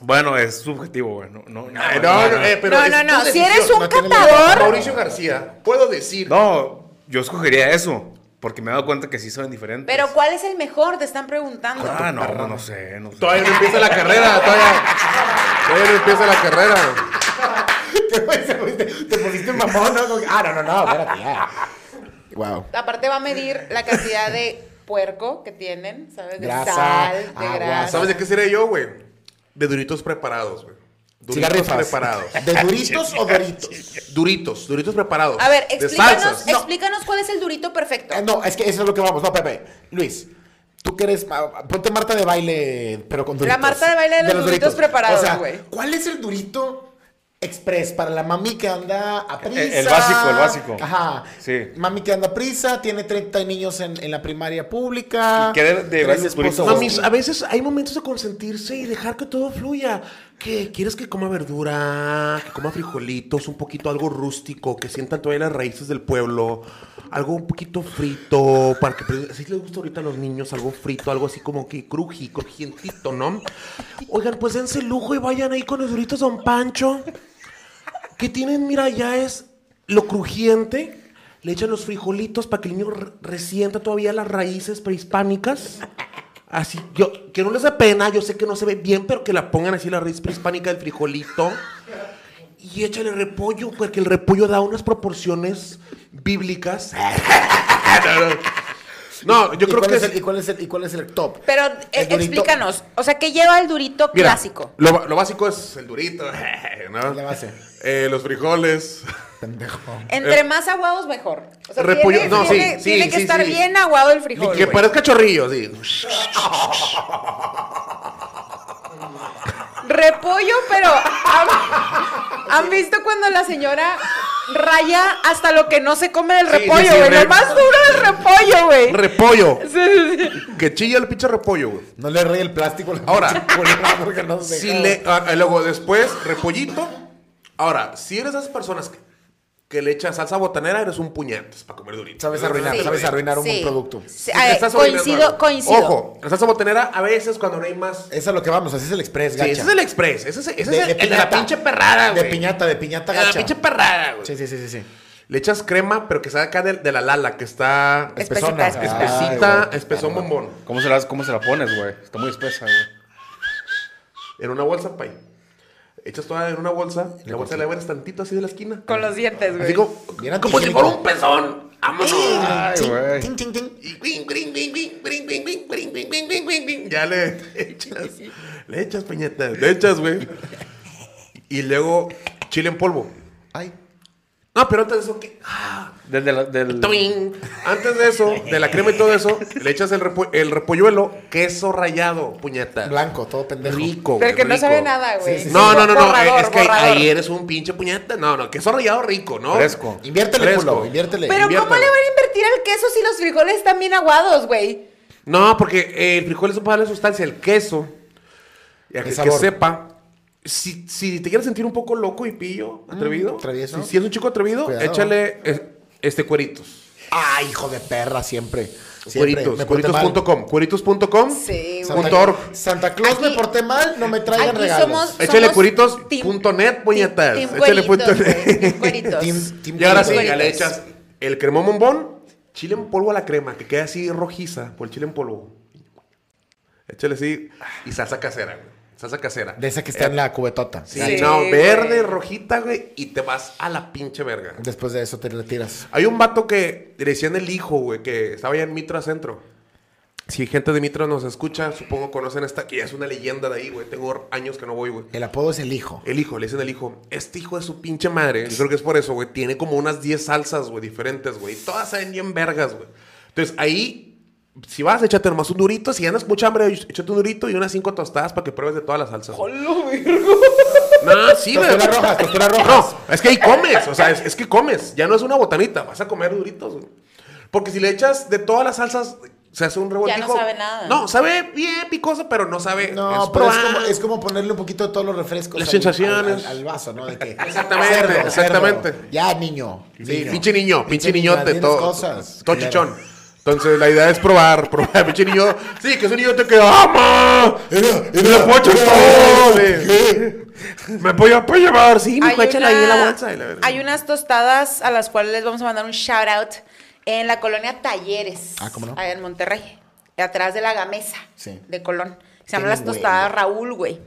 Bueno, es subjetivo, güey. No, no, no,
Ay,
no, no.
eh,
No,
es
no,
tu
no, si
decisión.
eres un
no tiene
catador.
Mauricio García, puedo decir.
No, yo escogería eso, porque me he dado cuenta que sí son diferentes.
Pues.
Pero ¿cuál es el mejor? Te están preguntando.
Ah, no, no, no sé, no sé.
Todavía no empieza la carrera, todavía. Todavía no empieza la carrera.
Te pusiste- te pusiste mamón, ¿no? Como que, Ah, no, no, no, espérate, ya. Wow.
Aparte va a medir la cantidad de puerco que tienen, ¿sabes? De
Grasa,
sal, de
agua,
grasa.
¿Sabes de qué seré yo, güey? De duritos preparados, güey. Duritos preparados.
¿De duritos o doritos?
Duritos, duritos preparados.
A ver,
De
explícanos,
salsas.
explícanos cuál es el durito perfecto.
Ah, No, es que eso es lo que vamos. No, Pepe. Luis, tú que eres. ah, Ponte Marta de baile, pero con duritos.
Marta de baile de los duritos preparados, güey.
¿Cuál es el durito express para la mami que anda a prisa?
el básico, el básico.
Ajá.
Sí.
Mami que anda a prisa, tiene 30 niños en, en la primaria pública.
Y que de- de
tres
varios
esposos.
duritos.
Mamis, a veces hay momentos de consentirse y dejar que todo fluya. Que quieres que coma verdura, que coma frijolitos, un poquito algo rústico, que sientan todavía las raíces del pueblo, algo un poquito frito, para que pero así les gusta ahorita a los niños, algo frito, algo así como que cruji, crujientito, ¿no? Oigan, pues dense el lujo y vayan ahí con los duritos Don Pancho. Que tienen, mira, ya es lo crujiente. Le echan los frijolitos para que el niño re- resienta todavía las raíces prehispánicas. Así, yo, que no les da pena, yo sé que no se ve bien, pero que la pongan así la raíz prehispánica del frijolito. Y échale repollo, porque el repollo da unas proporciones bíblicas. No, no. No, yo
¿Y
creo
cuál
que
es
es-
el- ¿Y cuál es el- y cuál es el top?
Pero eh,
El durito-
explícanos, o sea, ¿qué lleva el durito
Mira,
clásico?
Lo, ba- lo básico es el durito, ¿no?
La base.
Eh, los frijoles.
Pendejo.
Entre más aguados, mejor. O sea,
eh, repollo-
tiene,
no, sí,
tiene-
sí,
tiene que
sí,
estar
sí.
bien aguado el frijol.
que
güey.
parezca chorrillo, sí.
Repollo, pero ¿han, han visto cuando la señora raya hasta lo que no se come del
Sí, sí,
repollo,
sí,
güey?
re-
Lo más duro del repollo, güey.
Repollo.
Sí, sí, sí.
Que chilla el pinche repollo, güey.
No le rey el plástico. a la
Ahora,
pinche culera porque no
Pues
se
Si
deja.
le, ah, ah, luego, después, repollito. Ahora, si eres de esas personas que, que le echas salsa botanera, eres un puñetes para comer durito.
Sabes arruinar,
pues,
Sí.
sabes arruinar un
Sí.
buen producto.
Sí,
Porque
eh,
estás arruinando
coincido,
algo.
coincido.
Ojo, la salsa botanera a veces cuando no hay más.
Esa es a lo que vamos, así es el express,
Sí,
gacha.
ese es el express. Ese es, ese es el, el de la
piñata.
pinche perrada, güey.
De piñata, de piñata
De la
gacha.
pinche perrada, güey.
Sí, sí, sí, sí, sí.
Le echas crema, pero que sea acá de, de la lala, que está
Es-
Espesona.
Espesita,
espesita,
Ay, güey.
espesón bombón.
¿Cómo se, la, ¿Cómo se la pones, güey? Está muy espesa, güey.
En una bolsa, pay. Echas toda en una bolsa, y la bolsa la abres tantito así de la esquina.
Con los dientes, güey.
Así como,
Bien
como si
antihigiénico.
fuera un pezón. ¡Vámonos!
Ay, Ting,
güey.
ting, ting, ting.
Y guin, guin, guin, guin, guin, guin, guin, guin, guin, guin, guin, guin, guin. Ya le echas. Le echas, peñetas. Le echas, güey. Y luego, chile en polvo.
Ay.
No, pero antes de eso, ¿qué? Ah,
Desde la, del...
Toing. Antes de eso, de la crema y todo eso, le echas el, repo- el repolluelo, queso rallado, puñeta.
Blanco, todo pendejo.
Rico, güey,
Pero que no
rico.
sabe nada, güey.
Sí, sí, sí.
No, no, no, no.
Borrador,
es que
borrador.
ahí eres un pinche puñeta. No, no, queso rallado rico, ¿no?
Fresco.
Inviértele,
Fresco.
culo, inviértele.
Pero ¿cómo
inviértalo.
le van a invertir al queso si los frijoles están bien aguados, güey?
No, porque eh, el frijol es un darle sustancia, el queso. Y a
El
que, que
sabor.
sepa. Si, si te quieres sentir un poco loco y pillo,
Mm,
atrevido.
travieso.
Si, si es un chico atrevido,
Cuidado.
échale es- este cueritos.
Ay, hijo de perra, siempre. Siempre.
Cueritos,
Me porté mal.
cueritos.com, cueritos.com.
Sí, güey.
Santa,
punto org.
Santa Claus me
Aquí-
porté mal, no me traigan
Aquí
regalos.
somos-
Échale
somos
cueritos
team-
punto net,
team-
puñetas.
team
Échale
cueritos,
punto net.
güey, team cueritos.
Team- team
Y ahora sí,
cueritos.
ya le
Cueritos.
echas el cremón bombón, chile en polvo a la crema, que queda así rojiza por el chile en polvo. Échale así y salsa casera, güey. Salsa casera.
De esa que está en la cubetota.
Sí,
Sí,
no,
güey.
verde, rojita, güey, y te vas a la pinche verga.
Después de eso te retiras.
Hay un vato que le decían el hijo, güey, que estaba allá en Mitra Centro. Si gente de Mitra nos escucha, supongo conocen esta, que ya es una leyenda de ahí, güey. Tengo años que no voy, güey.
El apodo es el hijo.
El hijo, le dicen el hijo. Este hijo de su pinche madre, yo creo que es por eso, güey. Tiene como unas 10 salsas, güey, diferentes, güey. y Todas saben bien vergas, güey. Entonces ahí, si vas, échate nomás un durito. Si andas con mucha hambre, échate un durito y unas 5 tostadas para que pruebes de todas las salsas. güey. No, sí, güey.
Tostadas rojas, tostadas rojas.
No, es que ahí comes, o sea, es, es que comes. Ya no es una botanita, vas a comer duritos, güey. Porque si le echas de todas las salsas, se hace un revoltijo.
sabe nada.
No, sabe bien picoso, pero no sabe.
No,
es
pero es
probar.
como, es como ponerle un poquito de todos los refrescos.
Las
al-
sensaciones.
Al, al- al vaso, ¿no? De que,
Exactamente, exactamente.
Ya, niño.
Sí,
niño.
pinche niño, pinche niñote,
niño,
todo.
dinos cosas.
Todo chichón. Entonces, la idea es probar, probar. Pinche niño, "Ah, sí, que es un niñote que ama. Y le puedo echar todo. sí. Me voy puedo llevar, sí, mi
Hay,
hijo, échala ahí en la
una-
bolsa. y la verga.
hay unas tostadas a las cuales les vamos a mandar un shout out en la colonia Talleres.
Ah, ¿cómo no?
Allá en Monterrey. Atrás de la Gamesa
Sí.
de Colón. Se
Tienen
llaman las
güey,
tostadas
¿no?
Raúl, güey.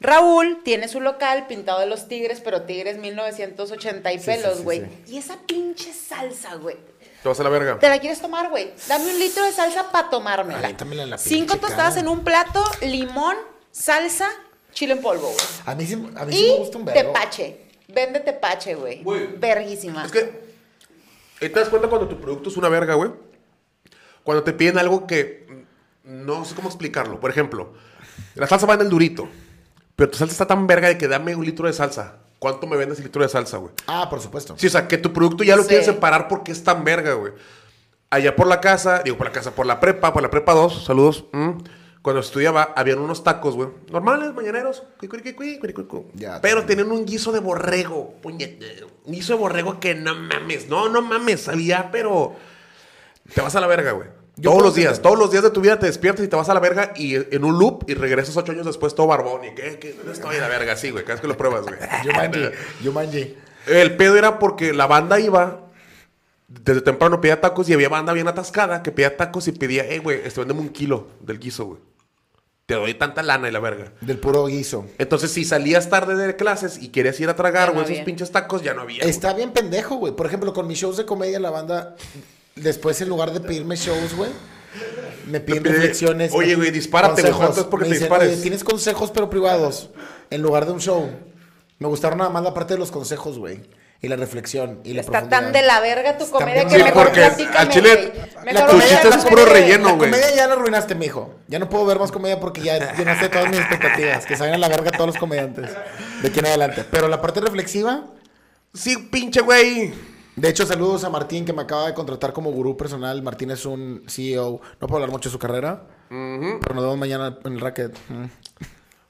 Raúl tiene su local pintado de los tigres, pero tigres 1980 y
Sí, sí,
pelos,
sí,
güey.
sí.
Y esa pinche salsa, güey.
Te vas a la verga.
¿Te la quieres tomar, güey? Dame un litro de salsa para tomármela.
Aviéntamela en la
Cinco
pinche
tostadas
cara.
en un plato, limón, salsa, chile en polvo, güey.
A mí sí, a mí sí me
Y
gusta un verbo.
tepache. Vende tepache, güey.
Güey.
Verguísima.
Es que ahí te das cuenta cuando tu producto es una verga, güey. Cuando te piden algo que mm, no sé cómo explicarlo. Por ejemplo, la salsa va en el durito, pero tu salsa está tan verga de que dame un litro de salsa. ¿Cuánto me vendes el litro de salsa, güey?
Ah, por supuesto.
Sí, o sea, que tu producto ya lo
Sí.
quieren separar porque es tan verga, güey. Allá por la casa, digo, por la casa, por la prepa, por la prepa 2, saludos. mm, Cuando estudiaba, habían unos tacos, güey. Normales, mañaneros. cui, cui, cui, cui, cui, cui, cui.
Ya,
Pero tenían un guiso de borrego. puñetero. Un guiso de borrego que no mames. No, no mames. Sabía, pero. Te vas a la verga, güey.
Yo
Todos
puedo
los días,
entender.
todos los días de tu vida te despiertas y te vas a la verga y en un loop y regresas ocho años después todo barbón y que, que no estoy a la verga, sí, güey, cada vez que lo pruebas, güey.
Yumanji, Yumanji.
El pedo era porque la banda iba desde temprano, pedía tacos y había banda bien atascada que pedía tacos y pedía, hey, güey, este, véndeme un kilo del guiso, güey. Te doy tanta lana y la verga.
Del puro guiso.
Entonces, si salías tarde de clases y querías ir a tragar,
Ya no
güey, esos
había.
pinches tacos ya no había. güey.
Está bien pendejo, güey. Por ejemplo, con mis shows de comedia, la banda, después en lugar de pedirme shows, güey, me piden
pide,
reflexiones.
"Oye,
me-
güey, dispárate, güey,
consejos".
¿cuánto es porque
Me
te
dicen,
dispares?
"Oye, tienes consejos, pero privados, en lugar de un show. Me gustaron nada más la parte de los consejos, güey. Y la reflexión. Y la
Está tan
profundidad.
de la verga tu comedia
bien
que
Sí,
mejor
porque
platícame,
al chile,
güey.
la
Mejor
tu
me
chiste
das
es puro
placer.
relleno,
La
güey.
comedia ya la arruinaste, mijo. Ya no puedo ver más comedia porque ya llenaste todas mis expectativas. Que salgan a la verga todos los comediantes. De aquí en adelante. Pero la parte reflexiva,
Sí, pinche güey.
De hecho, saludos a Martín, que me acaba de contratar como gurú personal. Martín es un CEO. No puedo hablar mucho de su carrera. Pero nos vemos mañana en el racket. Mm.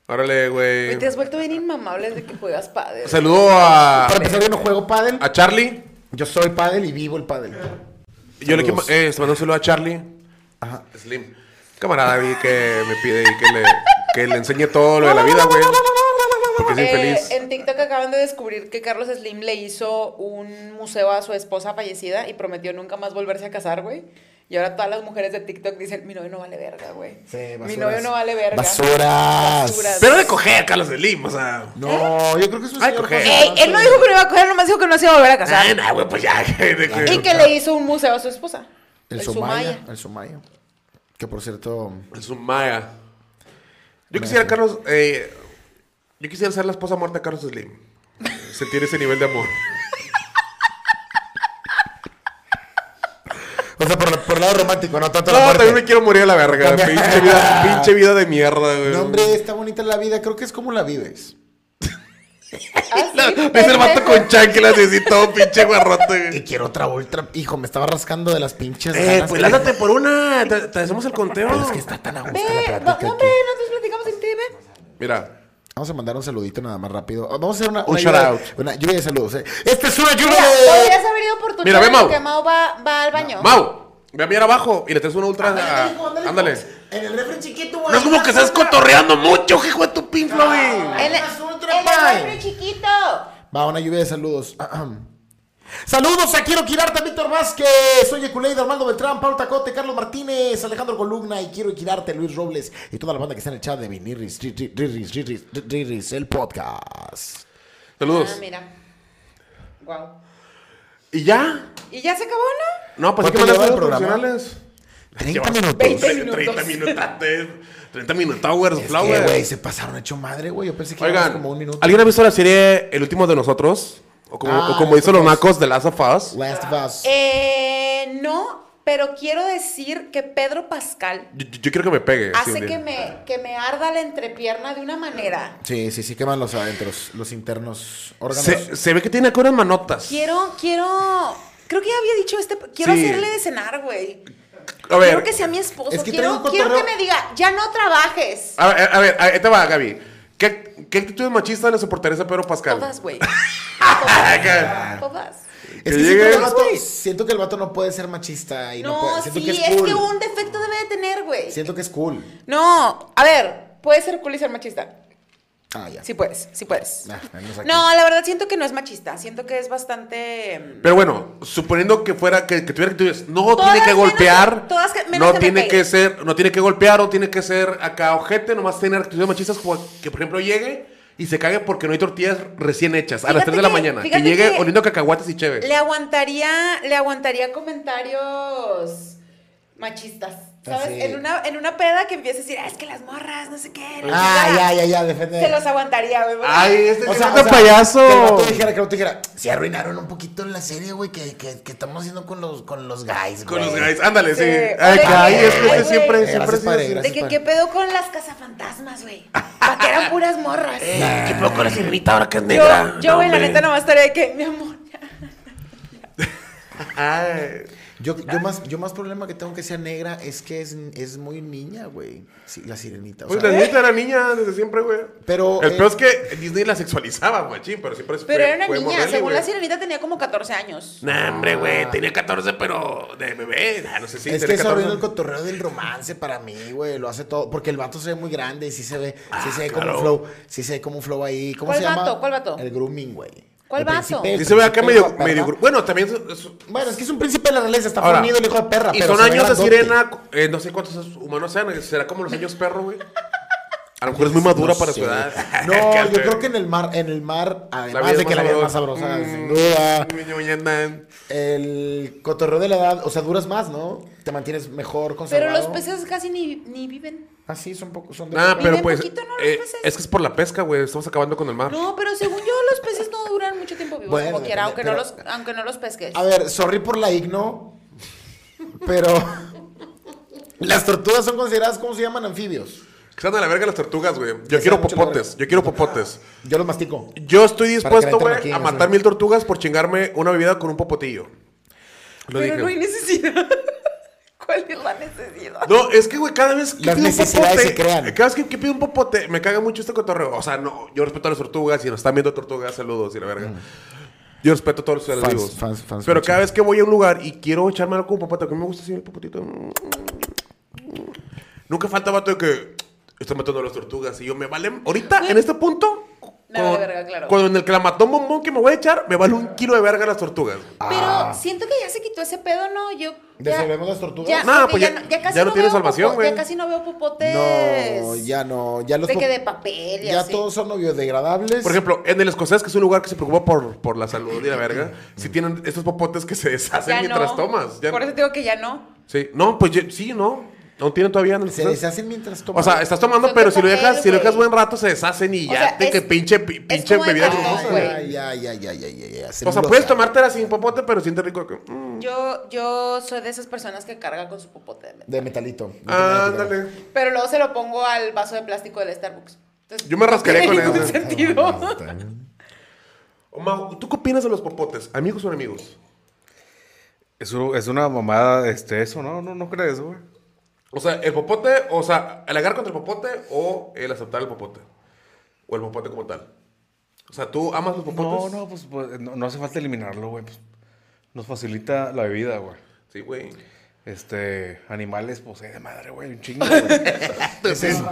Órale,
Güey,
güey.
Te has vuelto bien inmamable desde que juegas padre.
Saludo a,
Para empezar, yo
Ah,
no
eh,
juego pádel.
a Charlie.
Yo soy pádel y vivo el pádel.
Ah.
Yo le quiero
Saludos.
eh, se mandó un saludo a Charlie. Ajá. Slim. Camarada vi que me pide y que le, que le enseñe todo lo de la vida, güey. Porque soy
Eh,
feliz.
en TikTok acaban de descubrir que Carlos Slim le hizo un museo a su esposa fallecida y prometió nunca más volverse a casar, güey. Y ahora todas las mujeres de TikTok dicen, mi novio no vale verga, güey.
Sí,
mi
basuras.
novio no vale verga.
Basuras.
Basuras. ¿Eh?
Pero de coger, Carlos Slim, o sea.
No, yo creo que es un
Ay,
señor
coger.
Ey, él no dijo que no iba a coger, nomás dijo que no se iba a volver a casar.
Ah, no, güey, pues ya. de que-
Y que le hizo un museo a su esposa.
El Somaya. El Somaya. Que por cierto,
Es un maya. Yo quisiera, Carlos. eh, yo quisiera ser la esposa muerta de Carlos Slim. Sentir ese nivel de amor.
o sea, por, por el lado romántico, no tanto
No,
la
también me
muerte.
quiero morir a la verga.
Cambia.
Pinche vida, pinche vida de mierda, güey.
No, hombre, está bonita la vida. Creo que es como la vives.
Ah,
Ah,
Es el vato con chanclas y así todo pinche guarrote, güey.
Y quiero otra ultra. Hijo, me estaba rascando de las pinches.
Eh,
ganas
pues
que-
lánzate por una, te, te hacemos el conteo.
Pero es que está tan a gusto la
Ve, no,
plática
no,
aquí.
hombre, nosotros platicamos en ti, ve.
Mira,
Vamos a mandar un saludito nada más rápido. Vamos a hacer una,
Un
una
shout
lluvia-
out.
Una lluvia de saludos. eh. Esta es una lluvia
Mira,
de...
podrías haber ido por tu
Mira, ve,
chela
Mau.
porque Mau va, va al baño.
Mau, Ve a mirar abajo y le traes una
Ah,
ultra. a-
hijo,
ándale.
hijo. En el refri chiquito, güey.
No es como que
seas
estás cotorreando mucho, hijo de tu pin Floyd.
En el,
Haz otro,
en el
pai.
refri chiquito.
Va, una lluvia de saludos. Saludos a Quiero Quirarte, Víctor Vázquez, Oye Culey, Armando Beltrán, Pablo Tacote, Carlos Martínez, Alejandro Columna y Quiero Quirarte, Luis Robles y toda la banda que está en el chat de Vinirris, Riris, Riris, Riris, Riris, el podcast.
Ah,
Saludos.
mira. Guau.
¿Y ya?
¿Y ya se acabó, no?
No, pues hay que
¿Cuánto
mandar
lleva el
saludos
programa?
profesionales.
30 minutos.
20
30 30 minutos. 30 minutos, Towers,
Es que,
Flower.
güey, se pasaron hecho madre, güey. Yo pensé que
Oigan,
era como un minuto.
¿alguien ha visto la serie El último de nosotros? O como,
Ah,
o como hizo los
nosotros.
nacos de Last of Us.
Last of Us.
Eh, no, pero quiero decir que Pedro Pascal
Yo, yo- yo quiero que me pegue. así un
hace
día.
que me, que me arda la entrepierna de una manera.
Sí, sí, sí, queman los adentros, los internos, órganos.
Se, se ve que tiene acá unas manotas.
Quiero, quiero. Creo que ya había dicho este. Quiero
Sí.
hacerle de cenar, güey.
A ver.
Quiero que sea mi esposo.
Es que trae
quiero,
un
quiero que
cotorreo.
me diga, ya no trabajes.
A ver, a ver, ahí te va, Gaby. ¿Qué, qué actitudes machistas le soportarías a Pedro Pascal?
Todas, güey.
Acá.
Todas. Todas.
Es
que
que siento que,
llegue-
el vato,
Güey.
siento que el vato no puede ser machista y no,
No,
puede. Siento
sí,
que
es,
es cool.
que un defecto debe de tener, güey.
Siento que es cool.
No, a ver, puedes ser cool y ser machista.
Ah, ya.
Sí puedes, sí puedes.
Ah, menos aquí.
No, la verdad siento que no es machista. Siento que es bastante. mm,
Pero bueno, suponiendo que fuera que, que tuviera actitudes, no
Todas
tiene que
menos-
golpear,
todas que- menos
no
que me
tiene
pegue.
que ser, no tiene que golpear, no tiene que ser acá ojete, nomás tiene actitudes machistas como que por ejemplo llegue y se cague porque no hay tortillas recién hechas a las
Fíjate
3 de la
que-
mañana, que
fíjate
llegue
que-
oliendo cacahuates y chévere.
Le aguantaría, le aguantaría comentarios machistas. ¿Sabes?
Ah, sí.
En, una, en una peda que empiece a decir, "Ah, es que las morras, no sé qué. no sé
Ah,
qué".
ya, ya, ya, defende.
Se los aguantaría, güey. porque-
Ay, este
O sea,
este
o sea,
payaso.
Que el vato dijera, que el vato dijera, se arruinaron un poquito en la serie, güey, que, que, que estamos haciendo con los, con los guys,
Con los
güey".
guys, ándale, sí.
Sí.
Ay,
Oye,
ay, es que
este, ay,
este
güey.
siempre,
Gracias,
siempre
padre,
es
De
gracias.
que qué pedo con las cazafantasmas, güey. Pa' que eran puras morras.
Eh, ¿Qué poco con la sirvita ahora que es negra?
Yo, yo, güey, la
hombre.
neta nomás estaría de que, mi amor, ya".
Ay.
Yo, yo, más, yo más problema que tengo que sea negra es que es, es muy niña, güey. Sí, la sirenita. o
Pues
sea, eh.
la niñita era niña desde siempre, güey.
Pero,
El
eh,
peor es que Disney la sexualizaba, machín, pero siempre
Pero era una
fue
niña.
modelo,
Según la
güey.
sirenita tenía como 14 años.
Nah, hombre, güey, tenía 14, pero de bebé. nah, no sé si
Ah. es que
tenía
se arruinó
14.
el cotorreo del romance para mí, güey. Lo hace todo. Porque el vato se ve muy grande y sí se ve, sí se ve como
Ah, claro.
un flow. Sí se ve como un flow ahí. ¿Cómo
¿Cuál
se llama?
vato? ¿Cuál vato?
El grooming, güey.
¿Cuál
El
vato?
príncipe, el
Sí se ve acá
príncipe
medio,
de la
medio.
perra.
Bueno, también. es- es-
Bueno, es que es un príncipe de la realeza, está
ahora,
fornido el hijo de perra.
Y
pero
son
se ve
años de
grandote.
sirena, eh, no sé cuántos humanos sean, eh, será como los años perro, güey. A lo mejor es muy madura
No
para
sé.
su edad.
No, yo creo que en el mar, en el mar, además de que la vida es más sabrosa,
Mm.
sin duda.
duda.
El cotorreo de la edad, o sea, duras más, ¿no? Te mantienes mejor
Pero
conservado.
los peces casi ni, ni viven.
Ah, sí, son poco, son de
Nah,
Viven
pero pues.
poquito, ¿no? Los
eh,
peces.
es que es por la pesca, güey. Estamos acabando con el mar.
No, pero según yo, los peces no duran mucho tiempo vivos
Bueno,
como quiera, aunque,
depende,
no los,
pero-
aunque no los pesques.
A ver, sorry por la igno, pero las tortugas son consideradas, ¿cómo se llaman? Anfibios.
Que sean a la verga las tortugas, güey. Yo
sea
quiero
mucho
popotes.
la
Yo quiero popotes.
Yo los mastico.
Yo
Para
estoy
que
dispuesto,
metan
güey,
aquí,
a
no
matar
sé.
mil tortugas por chingarme una bebida con un popotillo. Lo
pero
dije.
no hay necesidad. ¿Cuál es la necesidad?
No, es que, güey, cada vez que
Las
pido un
necesidades
popote, eh,
se crean.
cada vez que, que pido un popote, me caga mucho este cotorreo. O sea, no, yo respeto a las tortugas, si nos están viendo tortugas, saludos y la verga. Yo respeto a todos los seres
Mm. Fans,
vivos.
fans, fans,
pero
mucho.
cada vez que voy a un lugar y quiero echarme algo con popote, que me gusta así el popotito. mm, Nunca falta vato de que está matando a las tortugas y yo me valen. Ahorita, en este punto.
Me vale verga, claro.
Cuando en el clamatón bombón que me voy a echar, me vale un kilo de verga las tortugas.
Pero siento que ya se quitó ese pedo, ¿no? Yo. ya-
Ah. ¿Desolvemos las tortugas?
Ya,
Nah,
porque
pues
ya,
ya-
no- ya casi
ya no
no
tiene
veo
salvación,
popo-
güey.
Ya casi no veo popotes.
No, ya no, ya los
De que
pop-
de papel y
ya
así.
todos son no biodegradables.
Por ejemplo, en el escocés, que es un lugar que se preocupa por, por la salud y la verga, si tienen estos popotes que se deshacen
Ya
mientras
no.
tomas. ya-
Por eso te digo que ya no.
Sí, no, pues ye- sí, no. No tienen todavía en el
se
escocés.
deshacen mientras toman.
O sea, estás tomando,
Son de
pero si lo
papel,
dejas, si lo
güey.
dejas buen rato, se deshacen y
O
ya
sea,
te
es-
que pinche, pi-
es
pinche
como de
bebida
papel,
cremosa.
güey.
Ay, ya, ya, ya, ya, ya, ya.
O sea, puedes tomártela sin popote, pero siente rico. que, mm.
Yo, yo soy de esas personas que carga con su popote de metal.
De metalito.
Ándale.
Pero luego se lo pongo al vaso de plástico del Starbucks. Entonces,
Yo me rascaré con
No tiene
ese.
ningún sentido.
O, Mau, ¿tú qué opinas de los popotes? ¿Amigos o enemigos?
Es, u- es una mamada, este, eso, ¿no? No, no crees, güey.
O sea, el popote, o sea, el agarrar contra el popote o el aceptar el popote. O el popote como tal. O sea, ¿tú amas los
No,
popotes?
no, pues, pues, no, no hace falta eliminarlo, güey. pues, nos facilita la bebida, güey.
Sí, güey.
Este, animales, pues, eh, de madre, güey, un chingo.
este
güey.
Ese es,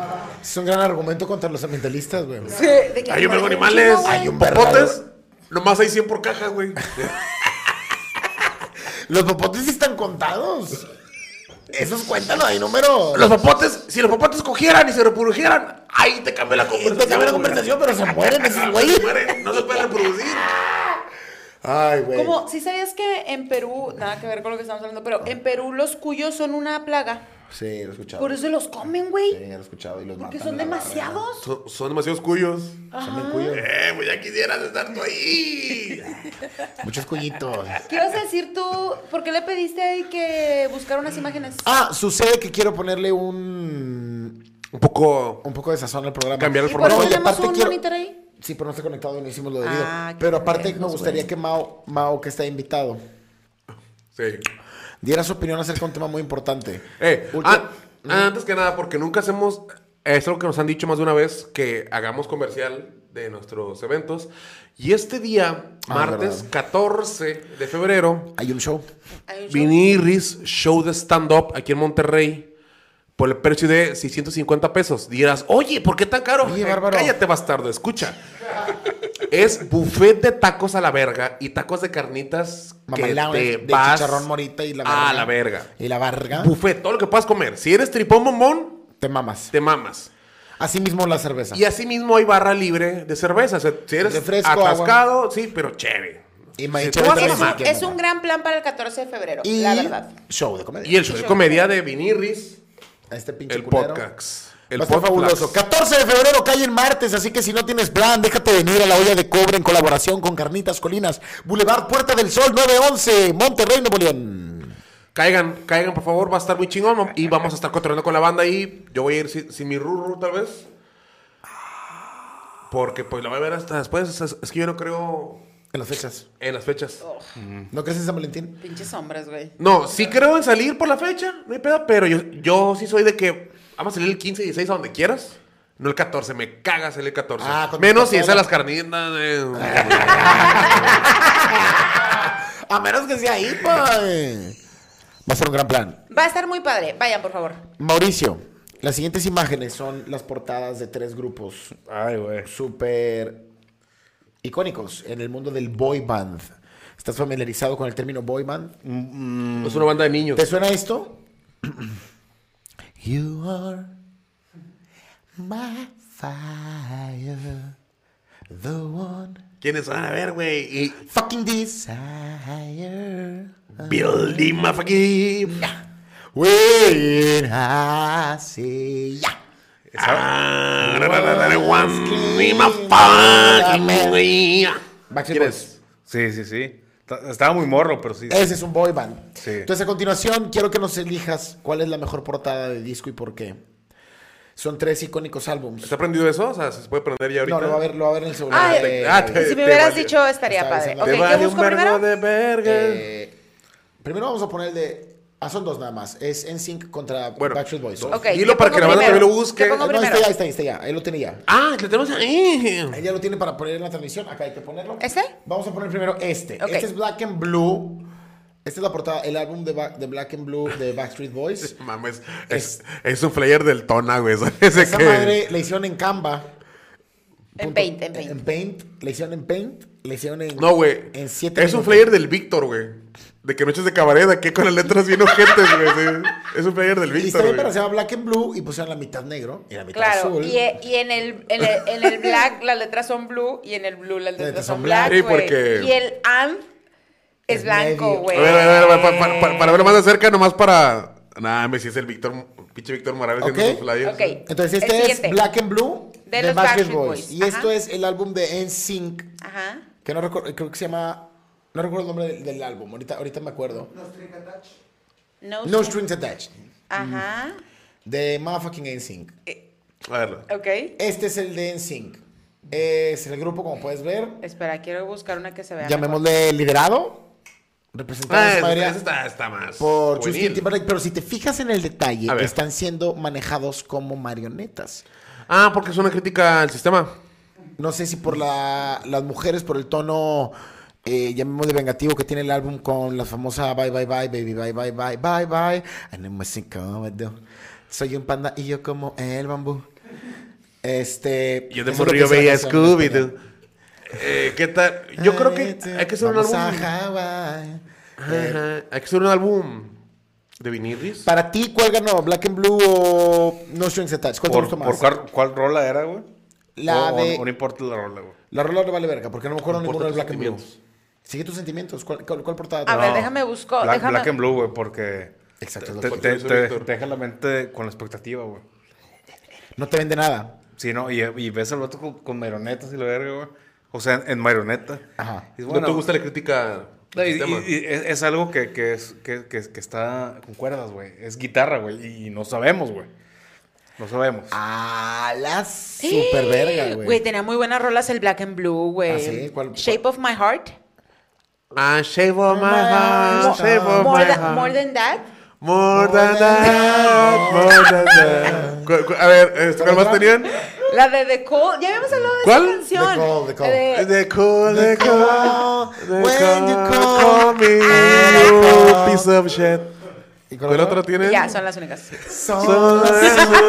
es un gran argumento contra los ambientalistas, güey.
Sí, de que-
Hay un vergo de animales,
Chihuahua.
Hay un vergo.
popotes. Nomás hay 100 por caja, güey.
Los popotes sí están contados. Esos cuentan, hay número.
Los popotes, si los popotes cogieran y se reprodujeran, ahí te cambia la
Eh,
conversación.
te cambia la
güey.
conversación, pero se mueren esos güeyes.
Se mueren, No se pueden reproducir.
Ay, güey.
Como, si sabías que en Perú, nada que ver con lo que estamos hablando, pero en Perú los cuyos son una plaga.
Sí, lo he escuchado.
Por eso los comen,
Sí,
güey.
ya lo he escuchado. Y los
Porque
matan
son Ah.
en la barra.
demasiados.
Son, son demasiados cuyos.
Son bien cuyos.
Eh, güey, ya quisieras estar tú ahí.
Muchos cuyitos.
¿Qué ibas a decir tú? ¿Por qué le pediste ahí que buscar unas imágenes?
Ah, sucede que quiero ponerle un.
Un poco.
Un poco de sazón al programa.
Cambiar el
¿Y
por
por
favor.
qué
No, y
tenemos
aparte
un
quiero-
monitor ahí?
Sí, pero no está conectado y no hicimos lo debido.
Ah, qué
pero aparte, me
pendejos,
gustaría
güey.
que Mao, Mao, que está invitado,
Sí.
diera su opinión acerca de un tema muy importante.
Eh,
Ulti- Mm,
an- antes que nada, porque nunca hacemos. Es algo que nos han dicho más de una vez que hagamos comercial de nuestros eventos. Y este día,
Ah,
martes
verdad.
14 de febrero,
Hay un show.
Hay un show.
Vinirris Show de Stand Up aquí en Monterrey por el precio de 650 pesos. Dirás, oye, ¿por qué tan caro?
Oye,
Eh,
bárbaro.
Cállate, bastardo, escucha. es buffet de tacos a la verga y tacos de carnitas que
Mamalao,
te
de
vas
chicharrón morita y la
a la verga.
Y la verga.
Buffet, todo lo que puedas comer. Si eres tripón bombón,
Te mamas.
te mamas.
Así mismo la cerveza.
Y asimismo hay barra libre de cerveza. O sea, si eres
Refresco, agua.
atascado, sí, pero chévere.
Y maíz
Si tú
chévere
vas a
también.
Es
mamar.
un, es un gran plan para el 14 de febrero,
Y
la verdad.
show de comedia.
Y el show de comedia de Vinirris,
A este pinche
el
culero.
podcast.
El
El
Va a estar
podcast.
fabuloso. 14 de febrero cae en martes, así que si no tienes plan, déjate venir a la olla de cobre en colaboración con Carnitas Colinas, Boulevard Puerta del Sol 911, Monterrey, Nuevo León.
Caigan, caigan, por favor, va a estar muy chingón. Y vamos a estar cotorreando con la banda y yo voy a ir sin, sin mi rurru, tal vez.
Ah.
Porque pues la voy a ver hasta después. Es, es que yo no creo
En las fechas.
en las fechas. Mm.
¿No crees en San Valentín?
Pinches hombres, güey.
No, sí creo en salir por la fecha, no hay pedo, pero yo, yo sí soy de que vamos a salir el 15 y 16 a donde quieras. No el 14, me cagas el 14.
Ah, con tu
Menos si
papá,
es a
¿no?
las carnitas.
Ah,
eh.
A menos que sea ahí, pues. Va a ser un gran plan.
Va a estar muy padre. Vayan, por favor.
Mauricio, las siguientes imágenes son las portadas de tres grupos
Ay, güey.
súper icónicos en el mundo del boy band. ¿Estás familiarizado con el término boy band?
Es una banda de niños.
¿Te suena esto? You are my fire, the one
¿Quiénes van a ver, güey? Y
fucking desire.
Building my fucking.
When I say ya.
Ah,
Backstreet Boys.
Sí, sí, sí. Ta- Estaba muy morro, pero
Eh,
sí.
Ese es un boy band.
Sí.
Entonces, a continuación, quiero que nos elijas cuál es la mejor portada de disco y por qué. Son tres icónicos álbums.
¿Está aprendido eso? O sea, se puede prender ya ahorita.
No, lo va a ver, lo va a ver en el segundo.
Ah,
Eh,
ah, te-
si me
te
hubieras
valió.
dicho, estaría
Estaba
padre.
diciendo-
Ok,
Te
¿qué
vale un
busco
vergo
primero?
de verga.
eh, primero vamos a poner el de. Ah, son dos nada más. Es NSYNC contra
Bueno,
Backstreet Boys. Eh,
dos.
Ok,
Dilo
¿qué
para que la
pongo
banda también
primero?
lo busque.
¿Qué pongo
No, ahí está
primero?
ya, ahí está, ahí está ya. Ahí lo tiene ya.
Ah, que lo tenemos ahí.
Ahí ya lo tiene para poner en la transmisión. Acá hay que ponerlo.
¿Este?
Vamos a poner primero este.
Ok.
Este es Black and Blue. Esta es la portada, el álbum de, Ba- de Black and Blue de Backstreet Boys.
Mames, es, es un flyer del Tona, güey. Ese
Esa
que-
madre la hicieron en Canva.
En
Punto.
Paint, en Paint.
En Paint. La hicieron en Paint. La hicieron en.
No, güey.
En
Es
7
un flyer del Víctor, güey. De que noches de cabaret, aquí con las letras bien ojetes, güey. sí. Es un flyer del
Y está bien,
Víctor,
pero
güey.
se llama Black and Blue y pusieron la mitad negro y la mitad
Claro,
azul.
y, e- y en, el, en, el, en el black las letras son blue y en el blue las letras son black.
Sí,
güey.
porque-
Y el and es
Es
blanco,
medio.
güey.
A ver, a ver, a ver, pa- pa- pa- para verlo más de cerca, nomás para. Nah, me si es el Víctor, pinche Víctor Morales
Ok.
haciendo sus flyers.
Ok.
Entonces,
El
este es
siguiente.
Black and Blue
De
de, Backstreet
los Backstreet
Boys.
Boys,
Y
ajá.
esto es el álbum de NSYNC,
Ajá.
que no recuerdo, creo que se llama. No recuerdo el nombre del, del álbum, ahorita, ahorita me acuerdo.
No,
No
string.
Strings Attached,
Ajá.
de motherfucking NSYNC.
A verlo.
Ok.
Este es el de NSYNC. Es el grupo, como puedes ver.
Espera, quiero buscar una que se vea. mejor.
Llamémosle liderado. Representado en
Ah,
su
ese-
mayoría
ese está, está más.
por
juvenil.
Justin Timberlake. Pero si te fijas en el detalle,
A ver.
están siendo manejados como marionetas.
Ah, porque es una crítica al sistema.
No sé si por la- las mujeres, por el tono eh, llamémosle vengativo que tiene el álbum con la famosa Bye Bye Bye Baby Bye Bye Bye Bye Bye and I'm missing comedy. Soy un panda y yo como el bambú. Este.
Yo de
eso es lo que
morrillo
hizo la
veía
canción en
Scooby.
español.
dude. Eh, ¿Qué tal? Yo creo que hay que hacer un
Eh, Vamos
álbum.
a Hawái.
Ajá, Hay que hacer un álbum de vinilis.
Para ti, ¿cuál ganó? ¿Black and Blue o No Strings Attached? ¿Cuál te
¿Por,
gustó más?
por cuál, cuál rola era, güey?
La
O- o-
de-
o no importa la rola, güey.
La rola no vale verga, porque no me acuerdo
No
ninguno
importa
del Black
tus
and Blue.
sentimientos. Ah,
Sigue tus sentimientos. ¿Cuál, cuál, cuál portada? te
A ver,
gustó?
déjame busco,
Black,
déjame-
Black and Blue, güey, porque
Exacto,
te,
es lo
te-
que-
te-
hizo
te-
Víctor.
te deja la mente con la expectativa, güey.
No te vende nada.
Sí, ¿no? Y, y ves al vato con, con marionetas y la verga, güey. O sea, en, marioneta.
Ajá.
Y
¿No
dices, bueno,
te gusta la crítica?
no,
del
y-
sistema?
y- y es, es algo que, que, es, que, que- que está con cuerdas, güey. Es guitarra, güey. Y, no sabemos, güey. No sabemos.
Ah, la
Sí.
super verga,
Güey,
güey.
tenía muy buenas rolas el Black and Blue, güey.
Ah, ¿sí? ¿Cuál-
Shape of My Heart.
Ah, shape of my
Mo-
heart, Ah, shape of
More,
my
than,
heart.
more than that.
More than that, more than that. Cu- cu- A ver, este, ¿cuál más tenían?
La de The Cold. Ya habíamos hablado de
¿Cuál?
esa canción.
The Cold, The Cold.
La de-
The Eh, cool, the cool, the
When you
cool,
call,
call me you piece of shit.
¿Y con
¿Cuál
otro?
otro tienen?
Ya, son las únicas.
Son-
Son las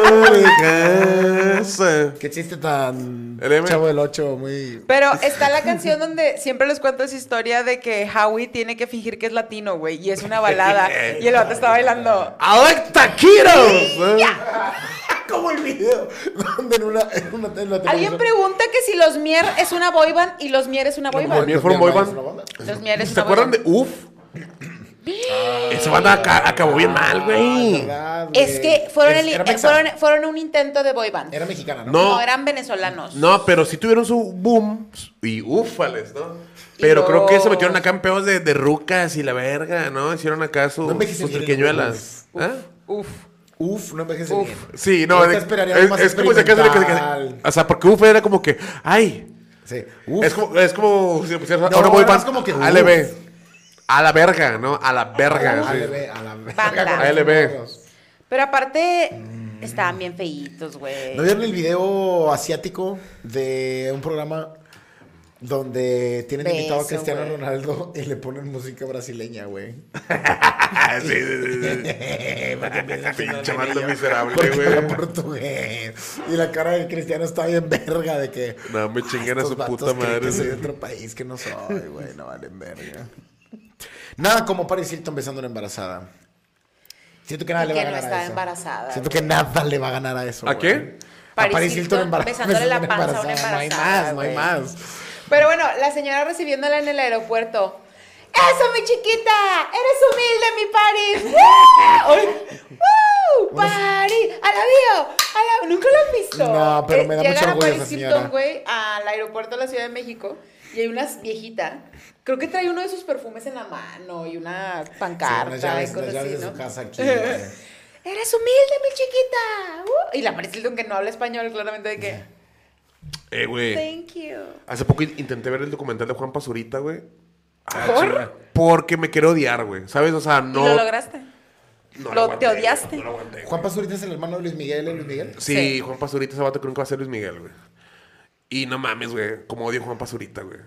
únicas.
Qué chiste tan
El M.
chavo del 8, muy...
Pero está la canción donde siempre les cuento esa historia de que Howie tiene que fingir que es latino, güey. Y es una balada. y el vato está bailando.
Ah,
I like taquitos.
Como el video donde en una... En una en la
Alguien
televisión-
pregunta que si los Mier es una boy band y los Mier es una boy
mejor
band.
Mier fueron boy
Los
band.
Mier es una
Los Mier es
¿Se
una
acuerdan
boy
de
band.
Uf? Esa banda aca- acabó bien mal, güey.
¿Verdad, güey?
Es que fueron, el-
Era
eh,
mexa.
fueron, fueron un intento de boy band.
Era mexicana, ¿no?
No.
No, eran venezolanos.
No, pero sí tuvieron su boom y ufales, ¿no? Pero
Y
creo que se
los-
metieron acá en pedos de, de rucas y la verga, ¿no? Hicieron acá su-
No envejecen
sus
bien,
triqueñuelas. ¿Ah?
¿Eh?
Uf.
Uf, no envejece
Uf.
bien.
Sí, no.
Ahorita
de-
esperaría algo
es,
más
es como si acá se le-
experimental.
O sea, porque uf era como que, ay.
Sí. Uf.
Es como, es como si le pusieras
No,
ahora voy
era
más
más como que, uf.
ALB. A la verga, ¿no? A la verga.
A
sí.
la B, a la B.
Banda.
Con
ALB.
esos
Pero aparte, estaban bien feitos, güey.
¿No vieron el video asiático de un programa donde tienen
Beso,
invitado a Cristiano
güey.
Ronaldo y le ponen música brasileña, güey?
Ah, sí, sí, sí, sí.
Eh,
Pinche vato miserable,
Porque
güey.
habla portugués. Y la cara de Cristiano está bien verga de que.
No, me chinguen a
estos
su
vatos
puta
creen
madre.
Que soy de otro país que no soy, güey. No valen verga. Nada como Paris Hilton besando a una embarazada. Siento que nada
Y
le va
que
a
no
ganar a
está
eso.
embarazada,
Siento que nada le va a ganar a eso.
¿A
güey.
qué?
a Paris Hilton embara-
besándole la
besando
panza a una embarazada.
No hay
güey.
más, no hay más.
Pero bueno, la señora recibiéndola en el aeropuerto. ¡Eso, mi chiquita! ¡Eres humilde, mi Paris! ¡Woo! Hoy- ¡Woo! ¡Paris! ¡A la bio! ¡A la... ¿Nunca lo han visto? Eh,
No, pero me da
llegan
mucho
a
orgullo
Paris
esa
Hilton,
señora.
güey, al aeropuerto de la Ciudad de México y hay una viejita. Creo que trae uno de sus perfumes en la mano y una pancarta
unas llaves-
y cosas
las llaves
así,
de
¿no?
su casa aquí, güey.
¡Eres humilde, mi chiquita! ¡Woo! Y la Paris Hilton que no habla español, claramente, de que...
Eh, güey.
Thank you.
Hace poco in- intenté ver el documental de Juan Pazurita, güey. Ah,
¿Por?
chinga. Porque me quiero odiar, güey. ¿Sabes? O sea,
¿Y
no.
lo lograste?
no
lo-
aguanté,
te odiaste.
No lo aguanté.
Juan Pazurita es el hermano de Luis Miguel, ¿eh, Luis Miguel.
Sí,
Sí.
Juan Pazurita ese vato que nunca va a ser Luis Miguel, güey. Y no mames, güey. Como odio a Juan Pazurita, güey.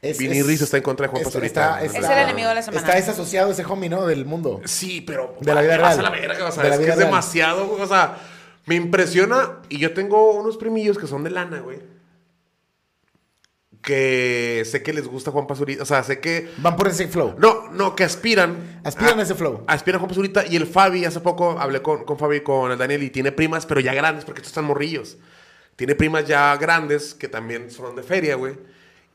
Es,
Vinny
es-
Rizzo está en contra de Juan
es-
Pazurita.
está-
No,
está-
Es el enemigo de la semana.
Está desasociado ese homie, ¿no? Del mundo.
Sí, pero.
De la vida
te vas
real.
a la verga, o sea,
De la
es que
vida
es
real.
demasiado, güey. O sea, me impresiona. Y yo tengo unos primillos que son de lana, güey. Que sé que les gusta Juan Pazurita. O sea, sé que.
Van por ese flow.
No, no, que aspiran.
Aspiran a ese flow.
Aspiran a Juan Pazurita. Y el Fabi, hace poco hablé con, con Fabi, y con el Daniel, y tiene primas, pero ya grandes, porque estos están morrillos. Tiene primas ya grandes que también son de feria, güey.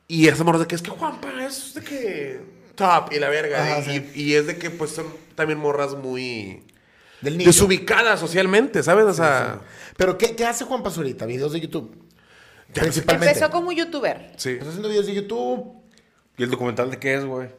Y esas morras de que es que Juanpa es de que top y la verga.
Ajá,
y,
sí.
y- y es de que pues son también morras muy
Del nicho.
desubicadas socialmente, ¿sabes? O sea,
Pero ¿qué, qué hace Juan Pazurita? Videos de YouTube.
Ya
Principalmente.
Empezó como youtuber.
sí.
Empezó haciendo videos de YouTube.
¿Y el documental de qué es, güey?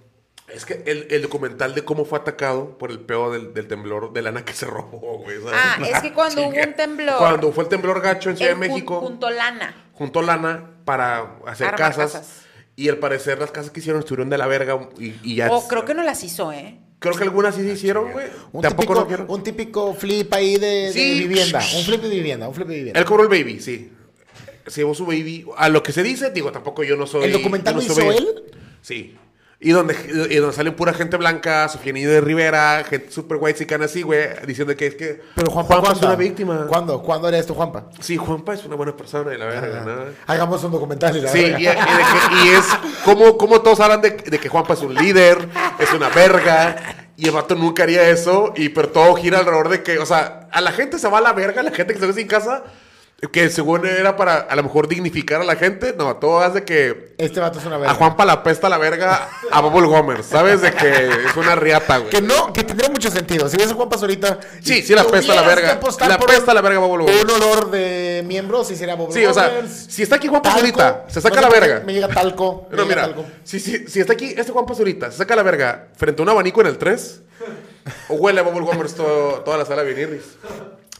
Es que el, el documental de cómo fue atacado por el peo del, del temblor de lana que se robó, güey. ¿sabes?
Ah, es que cuando
Chinga.
hubo un temblor-
Cuando fue el temblor gacho en Ciudad
Él
de México.
jun- Juntó lana.
juntó lana para hacer
Armar
casas,
casas.
Y al parecer las casas que hicieron estuvieron de la verga y, y ya.
O Oh, creo que no las hizo, ¿eh?
Creo que algunas sí se hicieron, güey.
Ah, Un
Tampoco
típico,
no quiero.
un típico flip ahí de, de
Sí.
vivienda. Un flip de vivienda. Un flip de vivienda.
Él cobró el baby, sí. Se llevó su baby. A lo que se dice, digo, tampoco yo no soy.
¿El documental
yo no
lo
soy-
hizo él?
Sí. Y donde, y donde salen pura gente blanca, Sofía de Rivera, gente super guay, chicana así, güey, diciendo que es que.
Pero Juanpa,
es una víctima.
¿Cuándo? ¿Cuándo era esto, Juanpa?
Sí, Juanpa es una buena persona y la verga, ¿no?
Hagamos un documental y la
Sí, y,
verga.
y de que- y es como, como todos hablan de, de que Juanpa es un líder, es una verga, y el vato nunca haría eso, y pero todo gira alrededor de que, o sea, a la gente se va a la verga, la gente que se ve sin casa, que según era para a lo mejor dignificar a la gente, no, todo hace que
Este vato es una verga.
a Juanpa la pesta la verga a Bubble Gomer, ¿sabes? De que es una riata, güey.
Que no, que tendría mucho sentido. Si ves a Juanpa ahorita.
Sí,
y
sí, la apesta la
tuvieras
verga.
que apostar
La
por
apesta la verga, Bobo Lobos.
Un olor de miembros, si será Bobo
Sí, o sea,
Lobos.
si está aquí Juanpa
Talco.
Zurita, se saca
No sé
la
por qué
verga.
Me llega talco. me
No,
llega
mira,
talco.
si, si, si está aquí este Juan Pazurita, se saca la verga frente a un abanico en el 3, o huele a Bubble Gomers todo- toda la sala de vinilis.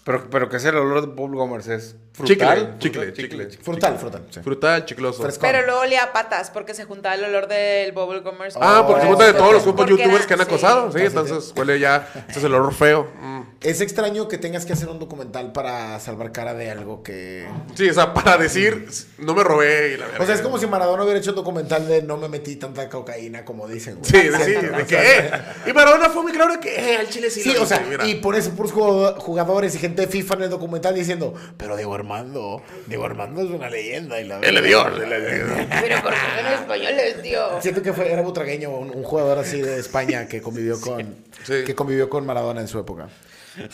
Pero, pero que es el olor de Bob Gomers es
Chicle,
frutal.
chicle,
frutal,
chicle.
Frutal, frutal. sí.
Frutal, chicloso.
Fresco.
Pero luego olía a patas porque se juntaba el olor del bubble commerce.
Ah, porque se
Oh,
junta de todos los grupos
Porque
youtubers
era-
que han
sí.
acosado. Sí, entonces huele ya. Ese es el olor feo. Mm.
Es extraño que tengas que hacer un documental para salvar cara de algo que.
Sí, o sea, para decir, no me robé. Y la verga.
O sea, es como si Maradona hubiera hecho un documental de no me metí tanta cocaína como dicen, güey.
Sí, sí, sí, de que, eh. Y Maradona fue muy claro que, eh, al chile sí.
Sí,
lo
o
hice,
sea,
mira.
y por eso puros jugo- jugadores y gente de FIFA en el documental diciendo, pero Diego Armando, Diego Armando es una leyenda y la
Él le
verdad".
dio, él le dio.
Pero porque son españoles, tío.
Siento que fue, era butragueño, un, un jugador así de España que convivió con
Sí.
que convivió con Maradona en su época.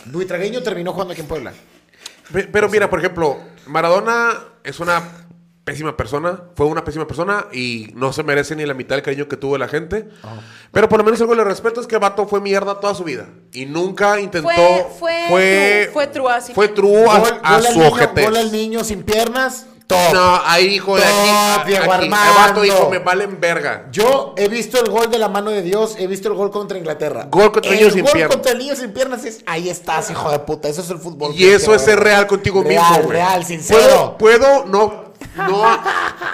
Butragueño terminó jugando aquí en Puebla.
Pe- Pero mira, por ejemplo, Maradona es una pésima persona, fue una pésima persona y no se merece ni la mitad del cariño que tuvo la gente. Pero por lo menos algo le respeto es que el vato fue mierda toda su vida y nunca intentó.
Fue- fue true, fue true así.
Fue true a,
Gol- gol
a
al
su
niño-
ojete.
Gol al niño sin piernas, top.
No, ahí hijo de
No,
aquí. a-
Diego
aquí. El
Armando.
vato dijo, me valen verga.
Yo he visto el gol de la mano de Dios, he visto el gol contra Inglaterra.
Gol contra
el
niños sin
gol
piernas.
contra niños sin piernas es, ahí estás, hijo de puta, eso es el fútbol.
Y eso es ser
real.
real contigo
Real,
mismo, güey.
real, sincero.
Puedo, puedo no. No,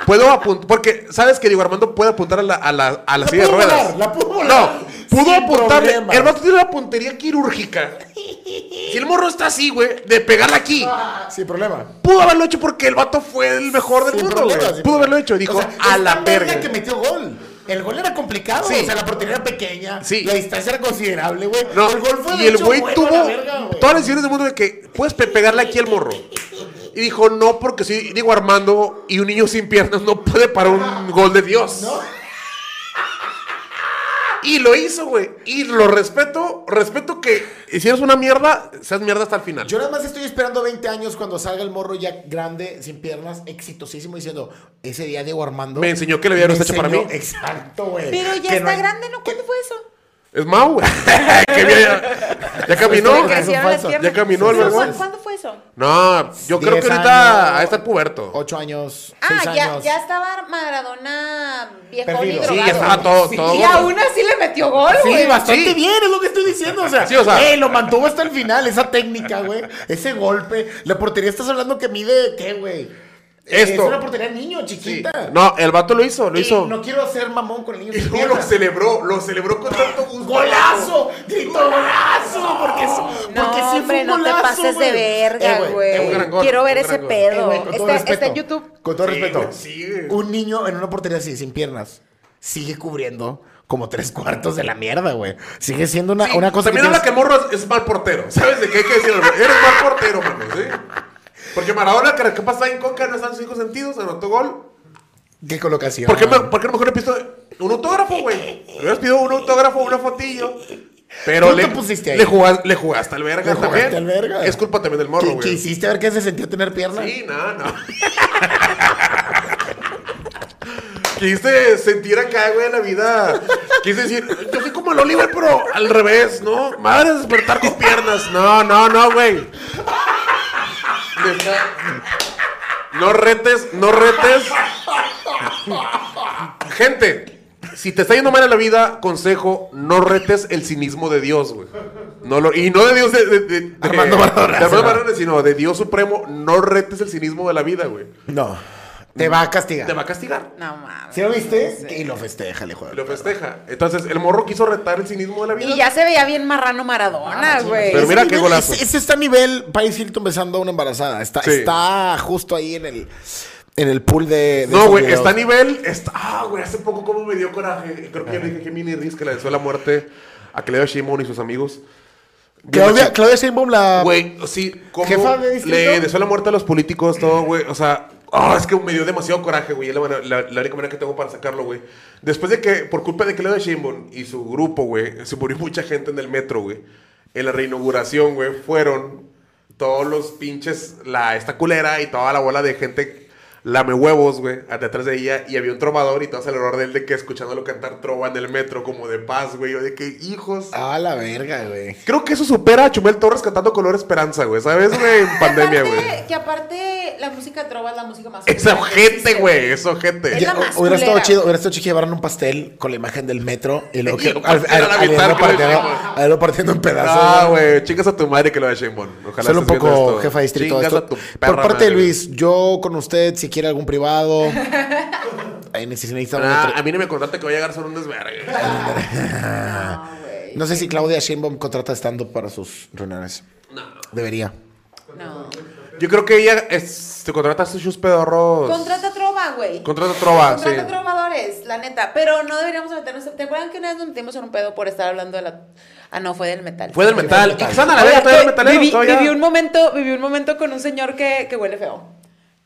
puedo apuntar, porque sabes que Diego Armando puede apuntar a la, a la, a la
La
silla de
pudo
ruedas.
volar, la pudo volar.
No, pudo
Sin
apuntarle.
problemas.
El vato tiene una puntería quirúrgica. Si el morro está así, güey, de pegarla aquí,
Sin problema.
pudo haberlo hecho porque el vato fue el mejor del
Sin
mundo,
problema,
güey.
sin
Pudo
problema.
haberlo hecho,
O
dijo,
sea,
a
es
la
tan
verga.
que metió gol. El gol era complicado,
Sí.
o sea, la portería era pequeña,
Sí.
la distancia era considerable, güey.
No,
el gol fue de
y el
hecho
güey
bueno
tuvo
a la verga, güey.
todas las decisiones del mundo de que puedes pe- pegarle aquí al morro. Y dijo, no, porque soy Diego Armando y un niño sin piernas no puede parar un gol de Dios. Y lo hizo, güey. Y lo respeto, respeto que si eres una mierda, seas mierda hasta el final.
Yo nada más estoy esperando 20 años cuando salga el morro ya grande, sin piernas, exitosísimo, diciendo, ese día Diego Armando...
Me enseñó que la vida no
me
está hecha para
enseñó-
mí.
Exacto, güey.
Pero ya
Que no
está
hay-
grande, ¿no? ¿Cuándo fue eso?
Es Mau, güey. Que bien, ya, ya caminó.
Cuando crecieron las
falso.
piernas.
Ya caminó el
Pero,
vergüenza.
¿cu- ¿Cuándo fue eso?
No, yo creo que
10
ahorita
años,
ha de estar puberto.
Ocho años, seis
Ah, ya,
años.
ya estaba Maradona viejón y
Perdido.
drogado.
Sí, ya estaba Ah, todo, todo.
Y aún así le metió gol,
Sí,
güey.
bastante
Sí.
bien, es lo que estoy diciendo. O sea,
Sí, o sea.
ey, lo mantuvo hasta el final, esa técnica, güey. Ese golpe. La portería estás hablando que mide, ¿qué, güey?
Esto.
Es una portería niño,
Sí.
chiquita.
No, el vato lo hizo, lo
Y
hizo.
No quiero ser mamón con el niño.
Y
sin
luego lo
piernas.
celebró, lo celebró con tanto gusto.
¡Golazo! ¡Grito golazo! Porque, sí-
No,
porque sí fue
hombre,
un
no te
golazo,
pases
güey.
de verga,
Eh,
güey.
eh,
un gran gol,
Quiero
un
ver
gran
ese
gol.
eh,
pedo.
güey, con todo
está, está
respeto,
en YouTube.
Con todo
Sí,
respeto.
güey, sí, güey.
un niño en una portería así, sin piernas, sigue cubriendo como tres cuartos de la mierda, güey. Sigue siendo una,
Sí,
una cosa
También habla
tienes-
que Morro es, es mal portero. ¿Sabes de qué hay que decirlo? Eres mal portero, mano, ¿sí? Porque Maradona, que- ¿qué pasa en Coca? No están en cinco sentidos, anotó gol.
¿Qué colocación?
¿Por qué, me- por qué a lo mejor le pidió un autógrafo, güey? Le hubieras pedido un autógrafo, una fotillo. Pero
Tú
le,
te pusiste ahí.
le, jugaste, le jugaste al verga
Le jugaste
también.
al verga.
Es culpa también del morro,
Qui-
güey.
Quisiste ver qué se sentía tener piernas.
Sí, no, no. Quisiste sentir acá, güey, la vida. Quise decir, yo soy como el Oliver, pero al revés, ¿no? Madre, despertar con piernas. No, no, no, güey. No retes, no retes. Gente, si te está yendo mal en la vida, consejo, no retes el cinismo de Dios, güey. No lo- y no de Dios de, de- de- de-
Armando Maradona.
de Armando Maradona, sino de Dios supremo, no retes el cinismo de la vida, güey.
No. Te va a castigar.
Te va a castigar.
No mames.
¿Sí lo viste? Y lo festeja, le
Lo festeja. Entonces, el morro quiso retar el cinismo de la vida.
Y ya se veía bien marrano Maradona, güey.
Ah, Pero mira qué golazo.
Ese, ese está a nivel Paris Hilton besando a una embarazada. Está,
Sí.
está justo ahí en el. En el pool de. de
No,
esos
güey,
videos.
está a nivel. está- Ah, güey, hace poco como me dio coraje. Creo que yo le dije que Mini Riz que le deseó la muerte a Cleo Shimon y sus amigos.
Claudia, Claudia Sheinbaum, la.
Güey, sí, como
¿Jefa de distrito?
le deseó la muerte a los políticos, todo, güey. O sea, ah, es que me dio demasiado coraje, güey. Es la, manera- la- la única manera que tengo para sacarlo, güey. Después de que, por culpa de Claudia Sheinbaum y su grupo, güey, se murió mucha gente en el metro, güey. En la reinauguración, güey, fueron todos los pinches, la, esta culera y toda la bola de gente lame huevos, güey, detrás de ella. Y había un trovador y todo el error de él de que escuchándolo cantar trova en el metro como de paz, güey. Yo de que, hijos...
Ah, la verga, güey.
Creo que eso supera a Chumel Torres cantando Color Esperanza, güey. ¿Sabes, güey? En pandemia,
Aparte-
güey.
Que aparte la música trova es la música más.
Esa
culera que
gente,
existe,
güey. Eso gente.
Es la
Ya,
más
hubiera estado
culera.
chido, hubiera estado chido que llevaran un pastel con la imagen del metro y luego
Y
que.
lo
al- al-
partieran a la
al irlo
mitad, que lo
partiendo-
hicimos.
al irlo partiendo en pedazos.
Ah,
güey.
güey. Chingas a tu madre que lo de Shane Bond. Ojalá
Solo un
estés viendo
poco
esto.
jefa de distrito.
Chingas
esto-
a tu
por
perra
parte de
madre.
Luis, yo con usted, si quiere algún privado. Ahí necesitamos.
Ah,
otra-
a mí no me contaste que voy a llegar solo un desvergue.
No, güey.
No sé si Claudia Sheinbaum contrata estando para sus reuniones. Debería.
No.
Yo creo que ella es, te contrata a sus pedorros.
Contrata trova, güey.
Contrata trova,
Contrata
sí.
trovadores, la neta. Pero no deberíamos meternos. ¿Te acuerdan que una vez nos metimos en un pedo por estar hablando de la. Ah, no, fue del metal.
Fue del metal. ¿Y qué son a la
Oiga,
verga? ¿Todavía
estoy-
metalero?
eh, viví,
¿Todavía?
viví un momento, viví un momento con un señor que, que huele feo.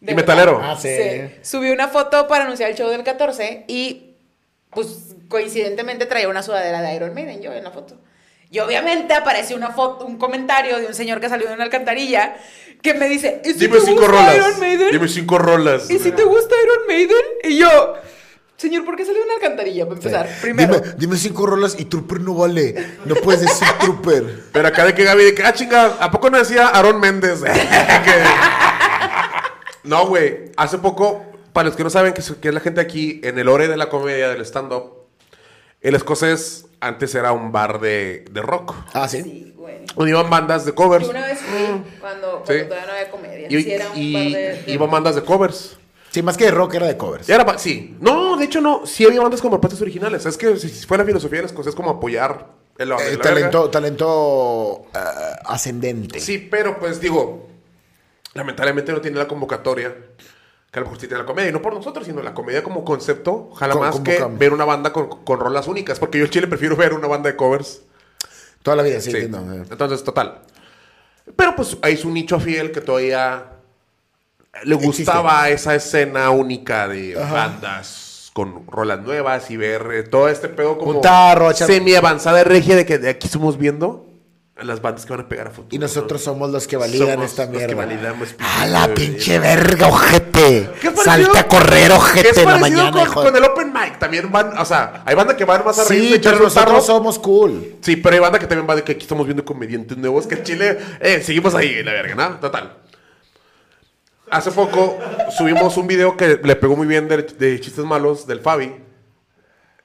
De
¿Y metalero?
Ah, sí.
Subí una foto para anunciar el show del 14 y pues coincidentemente traía una sudadera de Iron Maiden yo en la foto. Y obviamente apareció una foto, un comentario de un señor que salió de una alcantarilla que me dice, "¿Y si
Dime
te
cinco
gusta
rolas.
Iron Maiden?
Dime cinco rolas.
¿Y si te gusta Iron Maiden? Y yo, señor, ¿por qué salió una alcantarilla? Para empezar, primero.
Dime, dime cinco rolas y Trooper no vale. No puedes decir Trooper.
Pero acá de que Gaby, de que, ah, chinga, ¿a poco no decía Aarón Méndez? Que- No, güey. Hace poco, para los que no saben que, es- que es la gente aquí, en el ore de la comedia del stand-up, el escocés antes era un bar de, de rock.
Ah, sí.
Sí, güey.
Donde iban bandas de
Yo
covers.
una vez fui cuando, cuando
Mm. Sí.
todavía no había comedia.
Y,
sí, era un
y-
par de- de-
iban bandas de covers.
Sí, más que de rock era de covers.
Y era ba- sí. No, de hecho no. Sí había bandas con propuestas originales. Es que si si fue la filosofía del escocés como apoyar
Eh,
el, el- la verga.
talento talento ah, ascendente.
Sí, pero pues digo, lamentablemente no tiene la convocatoria que a lo mejor sí tiene la comedia. Y no por nosotros, sino la comedia como concepto. Ojalá
Con-
más
convocamos.
que ver una banda con, con rolas únicas. Porque yo en Chile prefiero ver una banda de covers.
Toda la vida, sí,
Sí.
entiendo. eh.
Entonces, total. Pero pues hay un nicho fiel que todavía le
Existe.
gustaba esa escena única de bandas con rolas nuevas y ver eh, todo este pedo como
Un tarro, echar-
semi avanzada regia de que de aquí estamos viendo las bandas que van a pegar a futuro.
Y nosotros
¿no?
somos los que validan
Somos
esta
los que
mierda.
validamos,
a
pinche
la
bebé.
pinche verga, ojete.
¿Qué es parecido-
Salta a correr,
¿Qué es
ojete, en la
parecido
mañana,
con,
hijo de-
con el open mic. También van, o sea, hay bandas que van más a reír
Sí, pero nosotros
tarro.
somos cool.
Sí, pero hay banda que también va de que aquí estamos viendo comediantes nuevos, que en Chile eh, seguimos ahí, la verga, ¿no? Total. Hace poco subimos un video que le pegó muy bien de, de chistes malos del Fabi,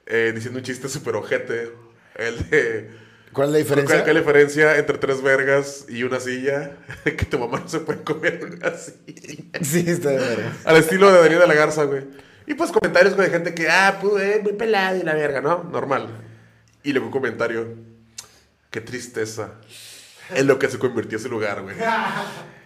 eh, diciendo un chiste súper ojete. El de.
¿Cuál es la
¿Cuál
diferencia?
es la diferencia entre tres vergas y una silla? que tu mamá no se puede comer una silla.
Sí, está de verga.
Al estilo de Daniela La Garza, güey. Y pues comentarios güey, de gente que, ah, pues, eh, muy pelado y la verga, ¿no? Normal. Y luego un comentario. Qué tristeza. Es lo que se convirtió ese lugar, güey.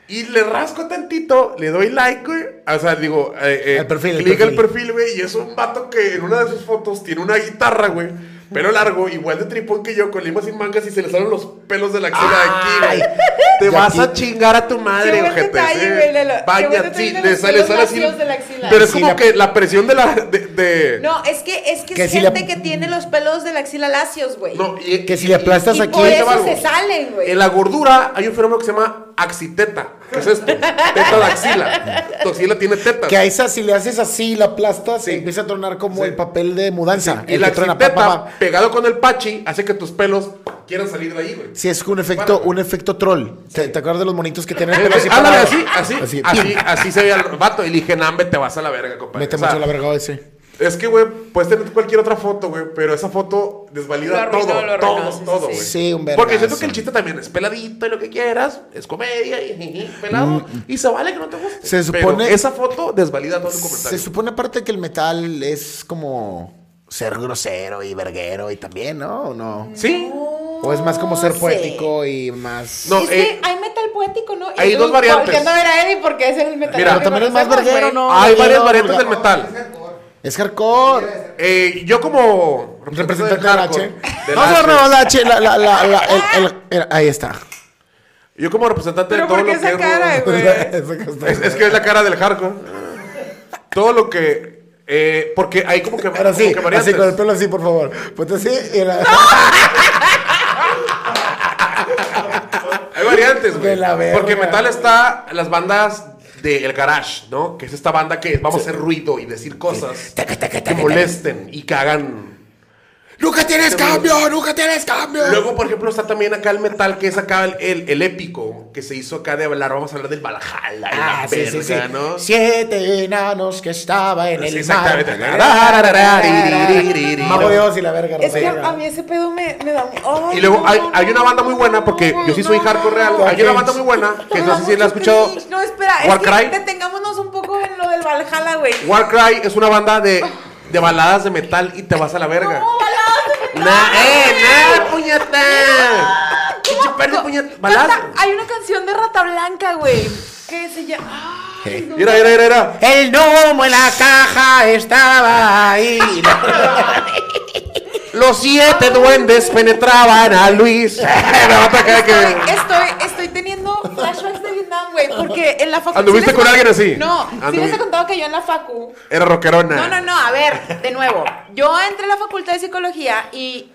Y le rasco tantito, le doy like, güey. O sea, digo, eh, eh,
Al perfil, al
clic al
perfil.
perfil, güey. Y es un vato que en una de sus fotos tiene una guitarra, güey. Pelo largo, igual de tripón que yo, con limas sin mangas y se le salen los pelos de la axila de aquí, güey. Te
Y aquí-
vas a chingar a tu madre.
Qué buen
ojete,
detalle,
sí.
güey, de lo- qué buen
Baña,
detalle
sí,
de
le
los
sale,
pelos
sale así.
lacios de la axila.
Pero es
Sí,
como
la-
que la presión de la. De, de-
No, es que es, que
Que
es
si
gente
la-
que tiene los pelos de la axila lacios, güey.
Mm. No, y-
Que si le aplastas
y
aquí.
por
te
eso
valgo.
se salen, güey.
En la gordura hay un fenómeno que se llama axiteta. ¿Qué es esto? Teta de axila. Tu axila tiene tetas.
Que a esa, si le haces así, la aplastas, se empieza a tronar como el papel de mudanza.
Y
el
la
que truena,
axiteta,
pa, pa, pa.
pegado con el pachi, hace que tus pelos quieran salir de ahí, güey.
Sí, es un efecto, un efecto troll. ¿Te, te acuerdas de los monitos que tienen el pelo así?
Eh, Ándale,
parado?
así, así, así, así, se veía el vato. Y le dije, nambe, te vas a la verga, compadre.
Mete
O sea,
mucho la verga ese.
Es que, güey, puedes tener cualquier otra foto, güey, pero esa foto
Lo
desvalida
arruinó,
todo,
lo arruinó,
todo,
sí, sí,
todo,
sí.
güey.
Sí, un
Porque
vergazo.
siento que el chiste también es peladito y lo que quieras, es comedia y jiji, pelado, y se vale que no te guste.
Mm, Se supone-
Pero esa foto desvalida todo el
Se
comentario.
supone aparte que el metal es como ser grosero y verguero y también, ¿no? ¿O no?
¿Sí?
¿O es más como ser
No sé.
poético y más...
No,
es que
eh,
hay metal verguético, ¿no?
Hay dos variantes.
Porque no era Eddie porque es el metal.
Mira, Ah,
que
también es más
conocemos,
verguero,
güey.
¿no?
Hay
no,
varias
no,
variantes
no.
del metal.
Es hardcore.
Eh, yo como
Representante de la H.
de la
Vamos a
H,
ver, no, la H. La, la, la, la- el- el- el- ahí está.
yo como representante de
Pero
todo
¿por
lo
qué
que
esa
es,
cara, güey?
Eh, es, es que es la cara del hardcore. Todo lo que eh, porque hay como que,
Ahora sí,
como que
así
variantes.
con el pelo así, por favor. Ponte así y la,
Hay variantes, güey.
De la verga.
Porque metal está las bandas del garage, ¿no? Que es esta banda que vamos a hacer ruido y decir cosas que molesten y que hagan.
¡Nunca tienes cambio! ¡Nunca tienes cambio!
Luego, por ejemplo, está también acá el metal que es acá el, el- el épico que se hizo acá de hablar. Vamos a hablar del Valhalla y
Ah,
la verga, ¿no?
Siete enanos que estaba en
Sí,
el mar.
exactamente.
Mago Dios y la verga.
Es que
Rosalía.
a mí ese pedo me, me da. Ay,
Y luego
no,
hay,
no,
hay una
no,
banda muy buena, porque
no,
yo sí soy
no,
hardcore real.
no,
Hay una banda muy buena que
me
no
da
sé si la
mucho
has escuchado.
cringe. No, espera, es que
Warcry.
detengámonos un poco en lo del Valhalla, güey.
Warcry es una banda de, de baladas de metal y te vas a la verga.
No, baladas de
Nah,
metal,
eh,
güey.
nah, puñeta. Pinche perro, puñeta.
Canta-
Baladas.
Hay una canción de Rata Blanca, güey. Que se llama. Ay, no.
Mira, mira, mira, mira.
El gnomo en la caja estaba ahí.
Los siete duendes penetraban a Luis. La otra cara
Estoy,
que.
estoy, estoy teniendo flashbacks de Vietnam, güey, porque en la facu...
¿Anduviste
les
con
con-
alguien así?
No, sí
Anduvi-
les he contado que yo en la facu...
Era rockerona.
No, no, no, a ver, de nuevo. Yo entré a la facultad de psicología y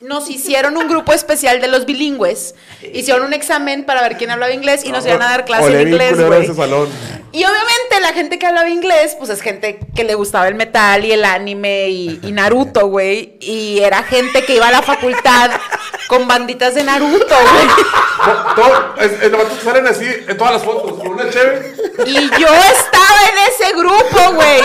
nos hicieron un grupo especial de los bilingües. Hicieron un examen para ver quién hablaba inglés y nos iban a dar clase
Ole,
en
bien
inglés,
culero
güey.
ese salón.
Y obviamente la gente que hablaba inglés, pues es gente que le gustaba el metal y el anime y, y Naruto, güey. Y era gente que iba a la facultad con banditas de Naruto, güey.
No, todo- es, es, nomás salen así en todas las fotos. Con una chévere.
Y yo estaba en ese grupo, güey.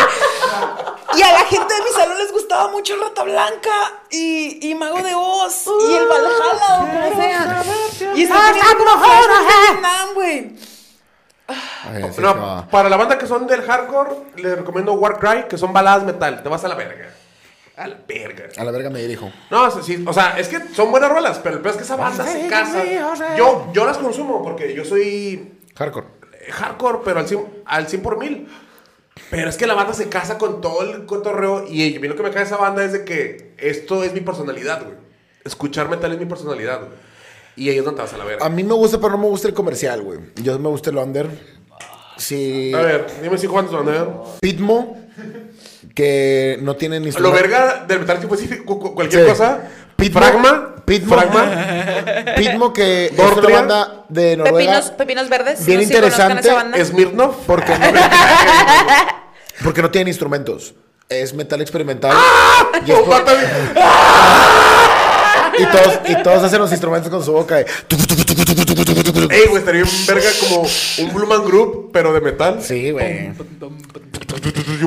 Y a la gente de mi salón les gustaba mucho Rata Blanca y, y Mago de Oz y el Valhalla o como sea. Y estaba teniendo una flashback de Vietnam, güey.
No, para la banda que son del hardcore, les recomiendo Warcry, que son baladas metal. Te vas a la verga. A la verga.
A la verga me dirijo.
No, sí, sí, o sea, es que son buenas rolas, pero el peor es que esa banda se casa. Yo, yo las consumo porque yo soy
Hardcore.
eh, hardcore, pero al 100, al 100 por mil. Pero es que la banda se casa con todo el cotorreo y a mí lo que me cae de esa banda es de que esto es mi personalidad, güey. Escuchar metal es mi personalidad, güey. Y ellos no te vas a la verga.
A mí me gusta, pero no me gusta el comercial, güey. Yo me gusta el under. Sí.
A ver, dime si Juan Soner.
Pitmo, que no tiene ni
Lo verga del metal tipo así, cu- cu- cualquier
Sí.
cosa.
Pitmo.
Fragma.
Pitmo.
Fragma.
Pitmo, que es una
Dortria.
banda de Noruega.
Pepinos, pepinos verdes.
Bien
no sé si conozcan
interesante,
esa banda.
Smirnoff.
Porque no, porque no tienen instrumentos. Es metal experimental.
¡Ah!
Y,
¡Oh,
es por- y todos, y todos hacen los instrumentos con su boca. y-
Ey, güey, estaría bien verga como un Blue Man Group, pero de metal.
Sí, güey.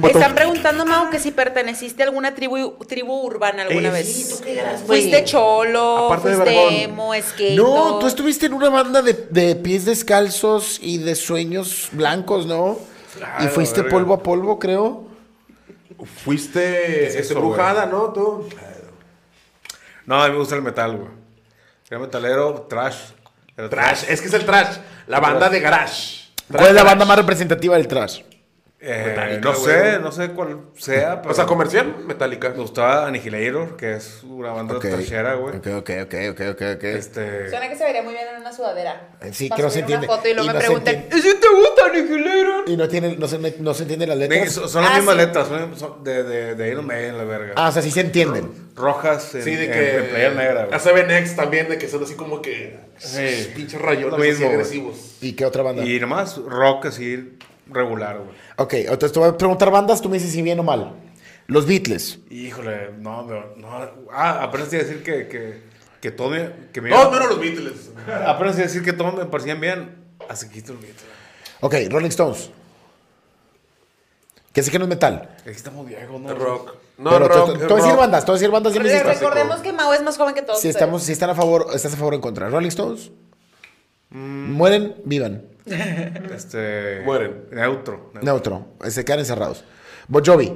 Están preguntando, Mau, que si perteneciste a alguna tribu, tribu urbana alguna
Eh,
Ey,
vez.
sí, ¿tú qué eras, güey?
fuiste cholo,
Aparte de vergón.
fuiste emo, skate.
No, tú estuviste en una banda de, de pies descalzos y de sueños blancos, ¿no? y fuiste
verga.
polvo a polvo, creo.
Fuiste
es
este,
eso,
brujada, ¿no? Tú.
No, a mí me gusta el metal, güey. Era metalero, trash. Era
Trash, es que es el trash. La banda de garage.
¿Cuál es la banda más representativa del trash?
Eh,
Metallica,
no
güey.
sé, no sé cuál sea, pero.
O sea, comercial, metálica.
Me gustaba Annihilator, que es una banda trashera, güey.
ok, ok, ok, ok, ok, ok.
Este.
Suena que se vería muy bien en una sudadera.
Eh, Sí,
Para
que no se
subir
entiende.
Una foto y
Y
luego
no
me
se
preguntan,
entiende.
¿y si te gusta Annihilator?
Y no, tiene, no, se, no se entienden las
Ni-
letras.
son son las
Ah,
mismas
sí.
letras, son, son de, de, de Iron Maiden, la verga.
Ah, o sea, sí se entienden.
Rojas en,
Sí, de
en-
que.
en Player Negra, güey.
A Seven X también, de que son así como que.
Sí.
Pinches rayones
Lo mismo,
así
güey.
agresivos.
¿Y qué otra banda?
Y nomás rock así regular, güey.
Ok, entonces te voy a preguntar bandas, tú me dices si bien o mal. Los Beatles.
Híjole, no, pero- no. Ah, apenas te iba a decir que, que, que todo me. Que me
No, no eran los Beatles.
Apenas te iba a Ah, decir que todo me parecían bien. Ah, Así que quito el mito.
Ok, Rolling Stones. Que sé que no es metal.
Aquí estamos viejos, ¿no?
Rock. No,
No, pero te-
rock.
te- te voy a decir
rock.
bandas, te voy a decir bandas. dime si-
Re- Recordemos que Mau es más joven que todos.
si,
ustedes.
estamos, si están a favor, estás a favor o en contra. Rolling Stones. Mueren, vivan.
Este.
Mueren.
Neutro. neutro.
Neutro. Se quedan encerrados. Bon Jovi.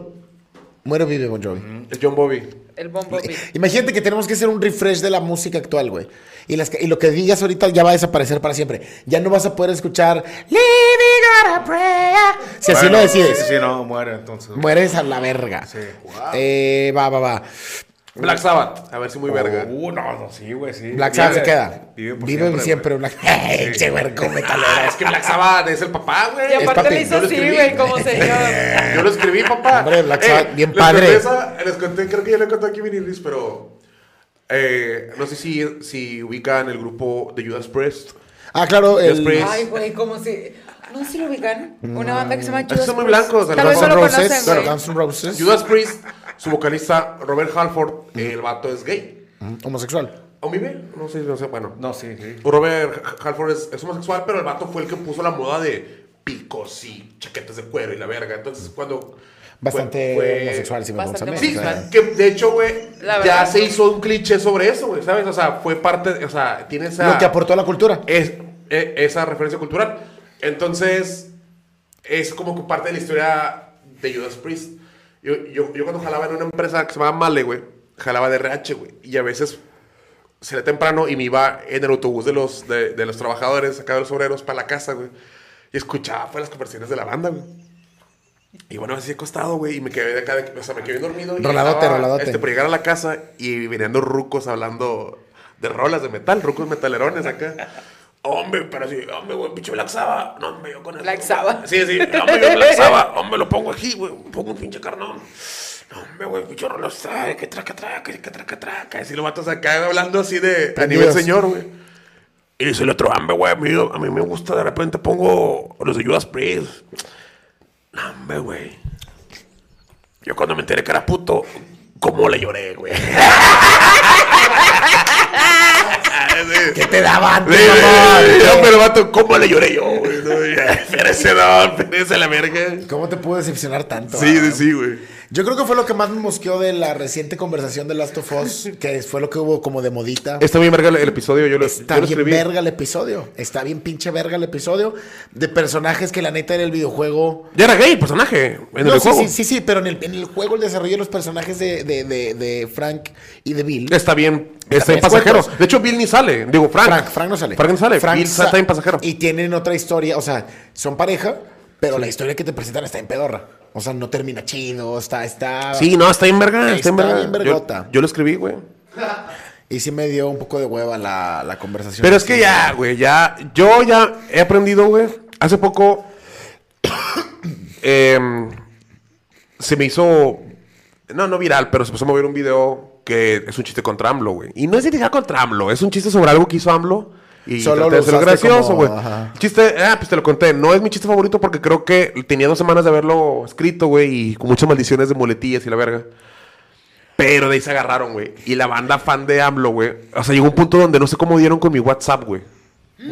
Muere o vive Bon Jovi.
Es John Bobby.
El bombo beat.
Imagínate que tenemos que hacer un refresh de la música actual, güey. Y, las, que- y lo que digas ahorita ya va a desaparecer para siempre. Ya no vas a poder escuchar Living on a Prayer. Si así
Bueno,
lo decides.
Sí, sí, no, muere entonces. güey.
Mueres a la verga.
Sí.
Eh, va, va, va.
Black Sabbath. A ver si muy verga.
Uh, no, no, sí, güey, sí.
Black Sabbath se
Vive-
queda.
Vive por
Vive siempre.
siempre.
Black... ¡Ey, che, huerco, metalera!
Ah, Es que Black Sabbath es el papá, güey.
Y aparte
papi,
le
yo
hizo
lo
así,
escribí.
güey, como señor.
Yo lo escribí, papá. Eh,
Hombre, Black Sabbath, bien
les
padre.
conté esa- les conté, creo que ya le conté aquí Vinny Liz, pero eh, no sé si, si ubican el grupo de Judas Priest.
Ah, claro. El...
Después-
Ay, güey, como si. No sé si lo ubican. Una banda que se llama
Mm.
Esos
Judas
son muy
Priest.
blancos,
Tal vez
Guns
no lo
N'
conocen,
Roses. Claro,
güey.
Guns N' Roses.
Judas Priest, su vocalista Robert Halford, el vato es gay.
Mm, Homosexual.
¿O vive? No sé, no sé, bueno.
No, sí, sí.
Robert Halford es, es homosexual, pero el vato fue el que puso la moda de picos y chaquetas de cuero y la verga. Entonces, cuando...
Bastante
fue- fue-
homosexual, si me
Bastante
preguntas a mí,
Sí,
o sea.
que de hecho, güey,
La
ya
verdad.
se hizo un cliché sobre eso, güey, ¿sabes? O sea, fue parte, o sea, tiene esa...
Lo que aportó a la cultura.
es, e- esa referencia cultural. Entonces, es como que parte de la historia de Judas Priest. Yo, yo, yo cuando jalaba en una empresa que se llamaba Male, güey, jalaba de RH, güey. Y a veces sería temprano y me iba en el autobús de los, de, de los trabajadores, acá de los obreros, para la casa, güey. Y escuchaba pues, las conversaciones de la banda, güey. Y bueno, así acostado, güey, y me quedé de acá, de- o sea, me quedé dormido. y
Roladote,
estaba,
roladote.
Este, por llegar a la casa y venían dos rucos hablando de rolas de metal, rucos metalerones acá. Hombre, pero sí, hombre, güey, pinche Black Sabbath. No, hombre, yo con el...
Black Sabbath.
Sí, sí, hombre, yo Black Sabbath. Hombre, lo pongo aquí, güey, pongo un pinche carnón. No, hombre, güey, pinche rolas trae, que traca, traca, que traca, traca. Y si lo matas acá hablando así de... A nivel
Prendidos.
señor, güey. Y dice el otro, hombre, güey, a mí, a mí me gusta, de repente pongo los de Judas Priest. No, hombre, güey. Yo cuando me enteré que era puto, ¿cómo le lloré, güey?
¿Qué te daba
Sí,
antes,
sí,
mamón?
sí. No, pero vato, ¿cómo le lloré yo, güey? No, ya, Espérese, no, espérese la verga.
¿Cómo te pudo decepcionar tanto?
Sí,
ah?
sí, sí, güey.
Yo creo que fue lo que más me mosqueó de la reciente conversación de Last of Us, que fue lo que hubo como de modita.
Está bien verga el el episodio, yo lo,
Está
yo lo
bien
escribí.
verga el episodio. Está bien pinche verga el episodio de personajes que la neta en el videojuego.
Ya era gay el personaje en
No,
el
sí,
juego.
sí, sí, sí, pero en el, en el juego el desarrollo de los personajes de, de- de- de Frank y de Bill.
Está bien, está
bien
bien pasajero.
sueltos.
De hecho, Bill ni sale. Digo, Frank.
Frank, Frank no sale.
Frank no sale. Bill
sa-
está bien pasajero.
Y tienen otra historia, o sea, son pareja, pero la historia que te presentan está en pedorra. O sea, no termina chido, está, está.
Sí, no, está bien verga. Está, bien
Está
verga.
bien
Yo-
vergota.
Yo, lo escribí, güey.
Y sí me dio un poco de hueva la, la conversación.
Pero es que ya, güey, ya. Yo ya he aprendido, güey. Hace poco. em, se me hizo. No, no viral, pero se empezó a mover un video que es un chiste contra AMLO, güey. Y no es literal contra AMLO, es un chiste sobre algo que hizo AMLO. Y
Solo
Solo
lo
de hacerlo
usaste
gracioso,
como-
güey.
ajá.
El Chiste, ah, pues te lo conté. No es mi chiste favorito porque creo que tenía dos semanas de haberlo escrito, güey, y con muchas maldiciones de muletillas y la verga. Pero de ahí se agarraron, güey. Y la banda fan de AMLO, güey. O sea, llegó un punto donde no sé cómo dieron con mi WhatsApp, güey.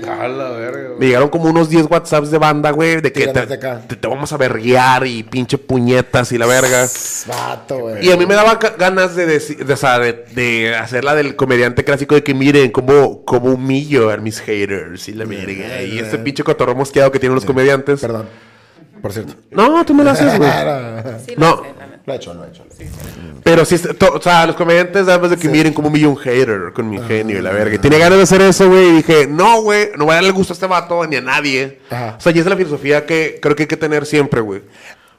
A la verga, güey.
Me llegaron como unos 10 WhatsApps de banda, güey, de que te,
Tírales de acá.
te- te vamos a verguear y pinche puñetas y la verga.
Vato, güey.
Y a mí me daba ca- ganas de, decir, de, o sea, de, de hacer la del comediante clásico de que miren cómo, cómo humillo a mis haters y la verga. Y este pinche cotorro mosqueado que tienen los comediantes.
Perdón. Por cierto.
No, tú me lo haces, güey.
Sí, lo
No.
sé, la neta.
Lo he hecho, lo he hecho.
Pero sí, está- to- o sea, los comediantes además de que miren como humillo a un hater con mi
Ah.
genio y la verga. Y Tenía ganas de hacer eso, güey. Y dije, no, güey, no va a darle el gusto a este vato ni a nadie.
Ajá.
O sea, y esa es la filosofía que creo que hay que tener siempre, güey.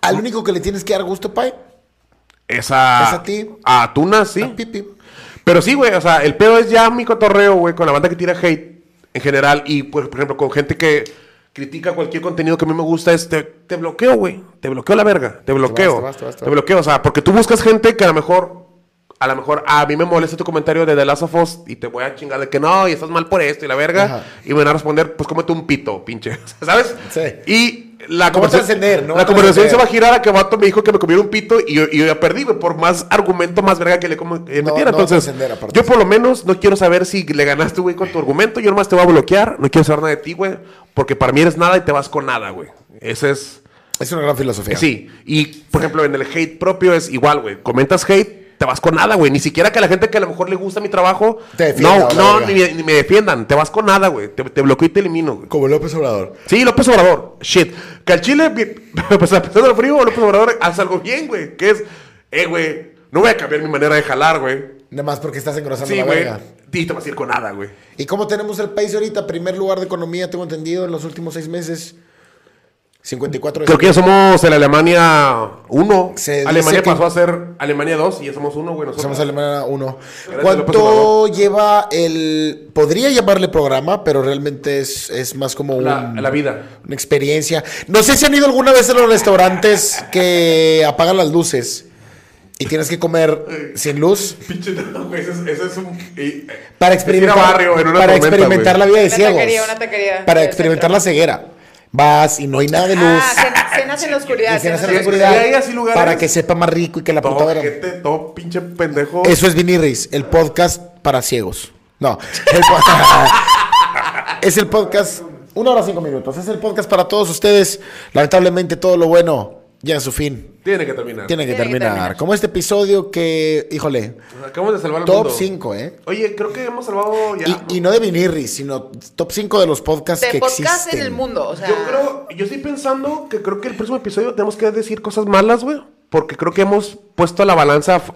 Al único que le tienes que dar gusto, Pai,
Esa.
Es a ti.
A Tuna, sí.
a Pipi.
Pero sí, güey, o sea, el pedo es ya mi cotorreo, güey, con la banda que tira hate en general y, pues, por ejemplo, con gente que critica cualquier contenido que a mí me gusta, es te, te bloqueo, güey, te bloqueo la verga, te bloqueo,
te
te,
vas, te vas, te vas.
bloqueo, o sea, porque tú buscas gente que a lo mejor, a lo mejor, a mí me molesta tu comentario de The Last of Us y te voy a chingar de que no, y estás mal por esto y la verga,
Ajá.
y me van a responder, pues, cómete un pito, pinche, ¿sabes?
Sí.
Y la
No va a
conversa-
trascender, no va
la
a
conversación
trascender.
se va a girar a que Vato me dijo que me comiera un pito y yo, y yo ya perdí, güey, por más argumento, más verga que le como, eh,
No,
metiera.
no va a
Entonces,
trascender, aparte.
yo por lo menos no quiero saber si le ganaste, güey, con tu argumento. Yo nomás te voy a bloquear. No quiero saber nada de ti, güey. Porque para mí eres nada y te vas con nada, güey. Ese es.
Es una gran filosofía.
Sí. Y, por ejemplo, en el hate propio es igual, güey. Comentas hate, te vas con nada, güey. Ni siquiera que la gente que a lo mejor le gusta mi trabajo.
Te defienda,
no,
la
no,
verga.
ni, me- ni me defiendan. Te vas con nada, güey. Te, te bloqueo y te elimino, güey.
Como López Obrador.
Sí, López Obrador. Shit. Que al Chile, bien- pues a pesar del frío, López Obrador hace algo bien, güey. Que es eh, güey, no voy a cambiar mi manera de jalar, güey.
Nada más porque estás engrosando
Sí,
la
güey.
verga. Pues
Y te vas a ir con nada, güey.
¿Y cómo tenemos el país ahorita? Primer lugar de economía, tengo entendido, en los últimos seis meses. 54 de
Creo que ya somos en Alemania 1.
Se dice
Alemania
que-
pasó a ser Alemania 2 y ya somos 1, güey. Nosotros.
Somos Alemania 1.
Gracias, López
¿Cuánto
Obrador.
lleva el... Podría llamarle programa, pero realmente es, es más como
La,
un-
la vida.
una experiencia. No sé si han ido alguna vez a los restaurantes que apagan las luces y tienes que comer sin luz
Pinche no, güey. Ese es, ese es un. y- eh,
para
es ir a
experimentar,
barrio en una
para
tormenta,
experimentar
güey.
la vida de
Una
ciegos.
taquería, una taquería.
Para
Sí,
experimentar
exacto.
la ceguera. Vas y no hay nada de luz.
Ah, cena- cenas en la oscuridad.
Y tienes
cenas
la
en la
Sí, sí,
seguridad
hay así lugares.
para que sepa más rico y que la puta
Todo
verga.
gente, todo pinche pendejo.
Eso es Vinirris, el podcast para ciegos. No. el po- es el podcast. Una hora cinco minutos. Es el podcast para todos ustedes. Lamentablemente todo lo bueno llega a su fin.
Tiene que terminar.
Tiene que
Tiene que
terminar.
terminar.
Como este episodio que, híjole,
Acabamos de salvar el
top
mundo.
5, ¿eh?
Oye, creo que hemos salvado ya.
Y, y no de Vinirris, sino top 5 de los podcasts que
De podcast
existen.
en el mundo, o sea.
Yo creo, yo estoy pensando que creo que el próximo episodio tenemos que decir cosas malas, güey. Porque creo que hemos puesto la balanza f-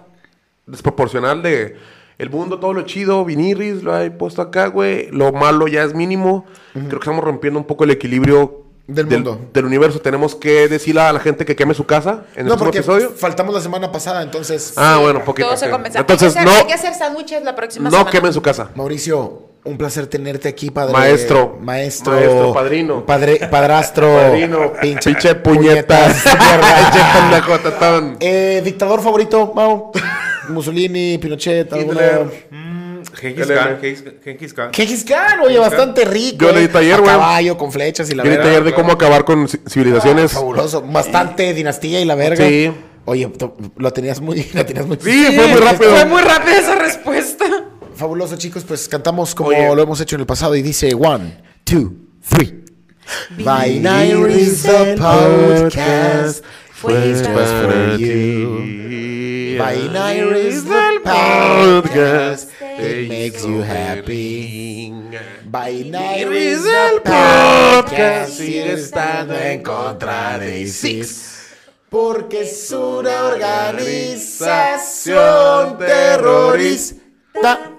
desproporcional de el mundo, todo lo chido, vinirris, lo he puesto acá, güey. Lo malo ya es mínimo. Creo que estamos rompiendo un poco el equilibrio
Del mundo.
del universo. Tenemos que decirle a la gente que queme su casa en
No,
el próximo
porque
episodio.
faltamos la semana pasada, entonces,
Ah, bueno, poquito.
Todo se
ok.
compensa.
Entonces,
hay que
no,
hacer, hay que hacer sándwiches la próxima
no
semana.
quemen su casa.
Mauricio, un placer tenerte aquí, padre.
Maestro.
Maestro.
Maestro, padrino.
Padre, padrastro.
Padrino,
Pinche,
pinche puñetas.
mierda.
Pinche pendejo, tatán.
Eh, dictador favorito, Mau. Mussolini, Pinochet, alguna.
Hitler.
Mm, Genghis
LM.
Khan, Genghis- Genghis Khan.
Gengis Khan, oye, bastante rico.
Yo leí
eh.
taller,
A
güey.
Caballo, con flechas y la
Yo necesito
verga.
ayer de cómo acabar con ci- civilizaciones.
Ah, Fabuloso. Bastante dinastía y la verga.
Sí.
Oye, to- lo tenías muy, la tenías muy.
Sí, fue muy rápido.
Fue muy rápida esa respuesta.
Fabuloso, chicos, pues cantamos como
Oye.
lo hemos hecho en el pasado y dice one, two, three. Vinairis the podcast. Pues
Fue
para Vinairis the podcast. It makes you happy. Vinairis the podcast. Sigue estando en contra de ISIS. Porque es una organización terrorista.